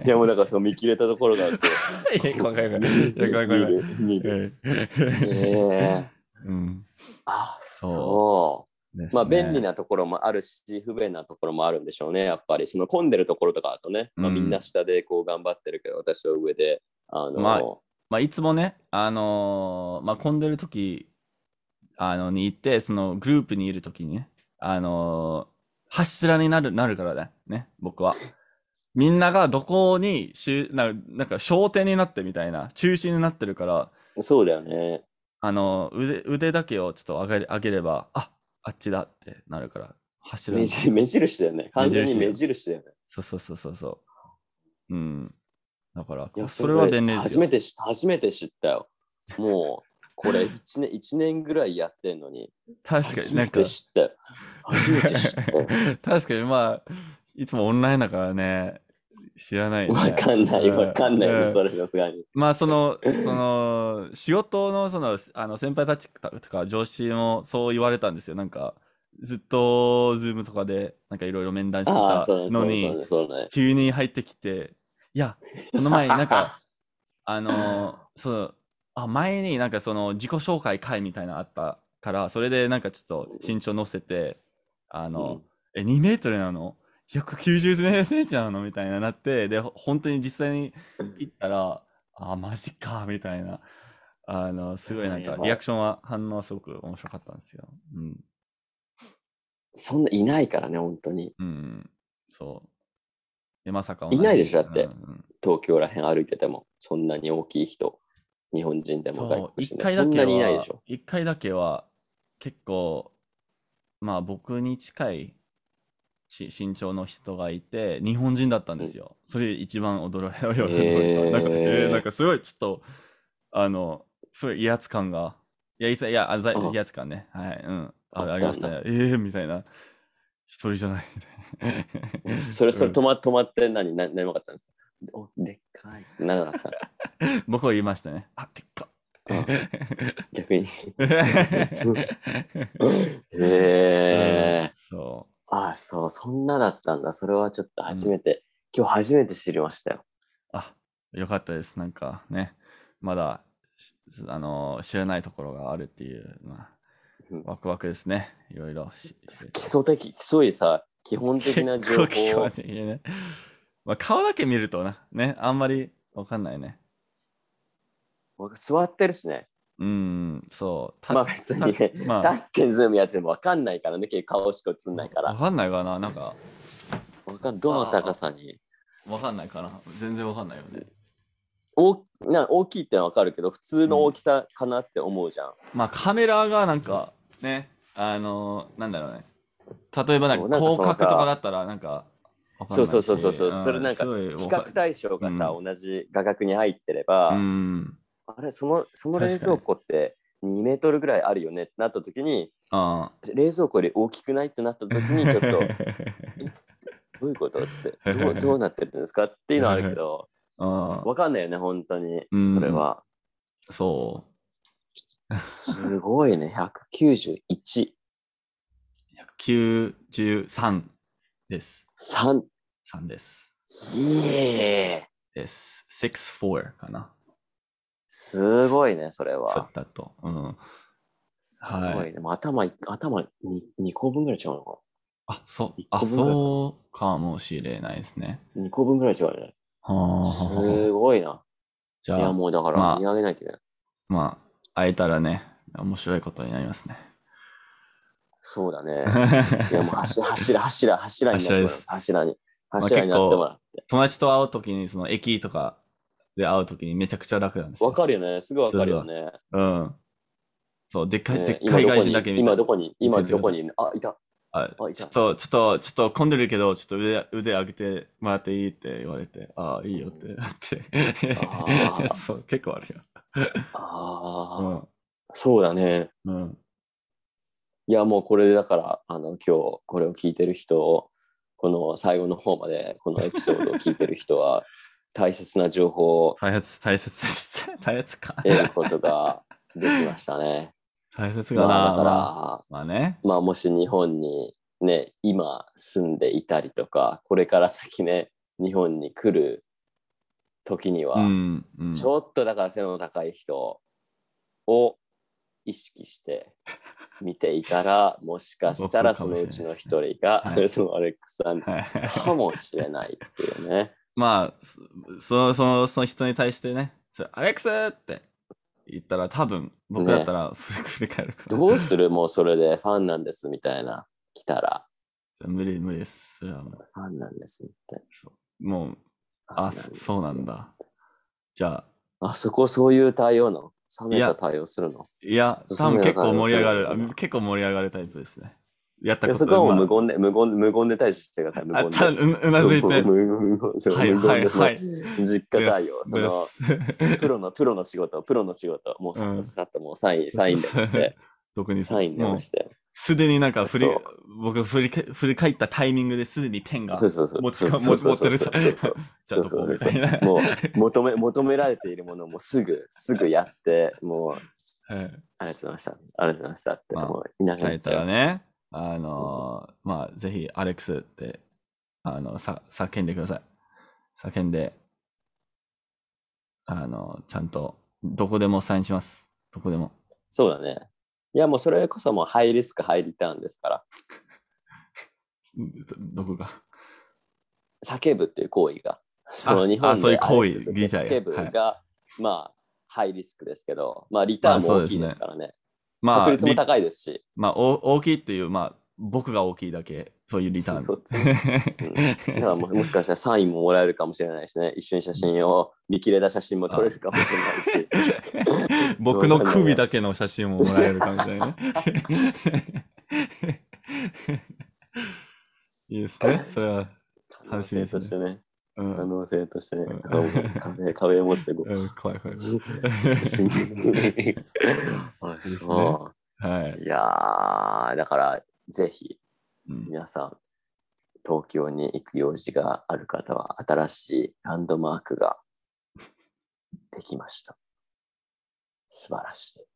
B: いやもうなんかその見切れたところがあって。
A: いや、怖い怖い怖い。いや、怖い怖い怖い。
B: 見る見る
A: え
B: ええ
A: えうん。
B: あ、
A: そう
B: そう。
A: です
B: まあ便利
A: ね。
B: なところもあるし、不便なところもあるんでしょうね、やっぱり。その混んでるところとかだとね、まあ、
A: うん
B: みんな下でこう頑張ってるけど、私は上で、あの、
A: まあまあ、いつもね、あのーまあ、混んでる時あのに行って、そのグループにいる時にね、あのー柱になるなるからだね、僕は。みんながどこに集ななんか焦点になってみたいな、中心になってるから、
B: そうだよね。
A: あのー腕腕だけをちょっと上げれ上げれば、ああっちだってなるから、柱
B: 目
A: に。
B: 印目印だよね。完全に目印だよね。
A: そうそうそうそうそう。うん。だから、
B: いや
A: それは便利です
B: 初
A: よ
B: め。て知初めて知ったよ。もう、こ れ1年、一年ぐらいやってんのに、
A: 確か
B: 初
A: にな
B: め
A: んか
B: て。知ったよ。初めて知ったよ。
A: 確かにまあいつもオンラインだからね知ら ない、ね、
B: わかんない、
A: う
B: わかんないよ
A: う
B: ね、それさすがに。
A: まあそ のその仕事のそのあの先輩たちとか上司もそう言われたんですよなんかずっとズームとかでなんかいろいろ面談して
B: ああ、
A: た
B: そうだ
A: の
B: ね、そうだ
A: に
B: ね、そうだ ね。
A: 急に入ってきていやその前になん かあのそうあ前になんかその自己紹介会みたいなのあったからそれでなんかちょっと身長乗せてあの、
B: うん
A: え、2メートルなの ?190 センチなのみたいななって、で、ほ本当に実際に行ったら、あ、マジか、みたいな。あの、すごいなん
B: や
A: か、
B: ばい
A: リアクションは、反応はすごく面白かったんですよ。うん。
B: そんないないからね、本当に。
A: うん。そう。で、まさか
B: いないでしょ
A: 同じ
B: だって
A: うんうん
B: 東京らへん歩いてても、そんなに大きい人、日本人でも
A: そ
B: 外
A: う、
B: 国人
A: 一
B: でも
A: 回
B: そ
A: だ
B: ん
A: け
B: なにいないで
A: は
B: しょ。、
A: 一回だけは、結構、まあ僕に近いし身長の人がいて、日本人だったんですよ。それ一番驚いた。
B: へー
A: なんか、えーなんかすごいちょっと、あの、すごい威圧感が、いや、いついや、あざい
B: うん
A: 威圧感ね。はい、うん。
B: あったん
A: あ
B: だ
A: ありましたね。えー、みたいな。一人じゃない。みたいな
B: それ、それ
A: うん
B: 止ま止まって何、何何もなかったんですかおでっかい。ならなかった。
A: 僕は言いましたね。あ、でっ か
B: あ 逆に。
A: っ。
B: へえ
A: そ
B: ああ、そう、そんなだったんだ。それはちょっと初めて、今日初めて知りました
A: う。
B: よ。
A: あ、よかったです。なんかね、まだ、しあの、知らないところがあるっていう、まあ、
B: うん
A: ワクワクですね。いろいろし。
B: 基礎的、そういうさ、基本 的な情
A: 結構
B: 報
A: 基本的にね。まあ、顔だけ見るとな、ね、あんまりわかんないね。
B: 座ってるしね。
A: うん、そう。た
B: まあ別にね
A: たまあ
B: 立ってズームやってもわかんないからね、結構顔しか映んないから
A: わ。かんないかな、なんか、
B: わかんどの高さに。
A: わかんないかな。全然わかんないよね。
B: 大な大きいってのはわかるけど、普通の大きさかなって思うじゃん。
A: まあ、カメラがなんか、ね、あのー、なんだろうね。例えば、なん
B: そ
A: か
B: うなんかその
A: 広
B: さ
A: 角とかだったら、なんか、わかん
B: そ
A: な
B: う
A: いし
B: そうそうそうそう、
A: ん
B: それなんか
A: すごいわ
B: 比
A: か
B: 較対象がさ、
A: う
B: 同じ画角に入ってれば、
A: うん。
B: あれそのその
A: 確か
B: 冷
A: に
B: 蔵庫って2メートルぐらいあるよねってなった時に
A: あ
B: 冷蔵庫より大きくないってなった時にちょっとどういうこと ってどうどうなってるんですかっていうのはあるけど
A: あ。 あ
B: わかんないよね本当に
A: うん
B: それは、
A: あ。そう。
B: すごいね191
A: 193です。
B: 3
A: 3です。
B: イエーイ
A: です。64かな。
B: すごいねそれ
A: だ
B: は
A: ったと。うん。
B: す
A: はい
B: ごいね、もう頭い頭 2, 2個分ぐらい違うのか
A: あ、そう
B: 一。個
A: あ、
B: 分ぐらいかな
A: そうかもしれないですね。
B: な2個分ぐらい違うよね
A: はあ。
B: すごいな
A: じ
B: い
A: ゃ
B: や
A: あ、
B: もうだか
A: ま
B: ら
A: あ
B: 見上げないといけない、
A: まあ、会えたらね、面白いことになりますね。
B: そうだね いやもう柱、柱、柱、柱になってもらう柱に。
A: あ
B: 柱になってもらって。
A: 友達と会うときに、その駅とかで会うときにめちゃくちゃ楽なんですよ。
B: わかるよね。すぐわかるよね。
A: うん。そう、でっかい、で
B: ね
A: っかい外人
B: 今
A: だ
B: どこ
A: け
B: に
A: 見た
B: 今どこに、今どこにいるあ、いた。
A: あ
B: あい
A: ち
B: た
A: ょっと、ちょっと、ちょっと混んでるけど、ちょっと腕、腕上げてもらっていいって言われて、ああ、いいよってなって。
B: あー
A: そう、結構あるよ。
B: ああ、そうだね。
A: うん。うん。
B: いやもうこれでだから、あの、今日これを聞いてる人を、この最後の方まで、このエピソードを聞いてる 人は、大切な情報を
A: 大切、大切です。 大切か。
B: 得ることが できましたね。
A: 大切
B: ま
A: かな。
B: あだか
A: ま
B: ら、
A: あ、まあね。
B: まあもし日本にね、今住んでいたりとか、これから先ね、日本に来る時には、
A: うん。うん、
B: ちょっとだから背の高い人を意識して見ていた ら、もしかしたらそのうちの一人が、
A: 僕かもしれないですねはい
B: そのアレッ クさん
A: はい
B: かもしれないっていうね。
A: まあ、そその、その、その人に対してね、それアレックスって言ったら、多分、僕だったら、 振り返るから。
B: どうするもうそれでファンなんですみたいな、来たら、
A: それ無理、無理です。それはもう
B: ファンなんですって。
A: そう、もう、あ、そそうなん
B: だ。
A: だ。じゃあ、
B: あそこそういう対応なの冷めた対応するの
A: いや、
B: そう
A: 多分結構
B: そんな
A: 盛り上が
B: そんな
A: る、あ結構盛り上がるタイプですね。やった
B: い
A: こ
B: や
A: と
B: そこはもう無
A: ま
B: 言で、無言、無言で対処してください。無
A: ああ
B: 言で。
A: たううなずいて。
B: 無
A: は
B: 言
A: い
B: 無言そう
A: はい
B: 無言
A: はい
B: ですね
A: はい。
B: 実家対応。
A: です
B: その、
A: です
B: プロの、プロの仕事、プロの仕事、もうさ
A: うん
B: ささっともうサイン、サインでもして、
A: 特にさ
B: サインで
A: も
B: も
A: う
B: して。
A: すでになんか振り
B: そう、
A: 僕が振り返振り返ったタイミングですでにペンが、
B: そうそうそう。
A: 持ちか
B: そうそうそう
A: 持ってる
B: そう
A: じゃあ
B: そう
A: ど
B: そ
A: こ
B: う
A: み
B: そ
A: た
B: う
A: いな。
B: もう、求め、求められているものをもうすぐ、すぐやって、もう、
A: はい
B: ありがとうございました。ありがとうございましたって、
A: まあ
B: もういなく
A: 書
B: なっ
A: い
B: ち
A: た
B: ゃ
A: ら
B: う。
A: ね、あのーまあ、ぜひ、アレックスって、あの、さ、叫んでください。叫んで、あのちゃんと、どこでもサインします。どこでも。
B: そうだね。いや、もうそれこそもうハイリスク、ハイリターンですから、
A: うんどどこが。
B: 叫ぶっていう行為が、その日本
A: あそういう行為
B: アレックスって
A: 自体
B: 叫ぶが、まあ、ハイリスクですけど、まあ、リターンも大きいですからね。
A: まあ、
B: 確率も
A: リ
B: 高いですし、
A: まあ、お大きいっていう、まあ、僕が大きいだけ、そういうリターン。
B: そ っちだからももしかしたらサインももらえるかもしれないしね、一緒に写真を、見切れた写真も撮れるかもしれないし、
A: 僕の首だけの写真ももらえるかもしれない ね。いいですね、それは。
B: 可能性としてね、
A: うん
B: 可能性としてね
A: うん、
B: 壁壁を持っ てこう。
A: うん、怖い怖い怖い。
B: あそ
A: はい。
B: ういやーだからぜひ
A: うん
B: 皆さん東京に行く用事がある方は新しいランドマークができました素晴らしい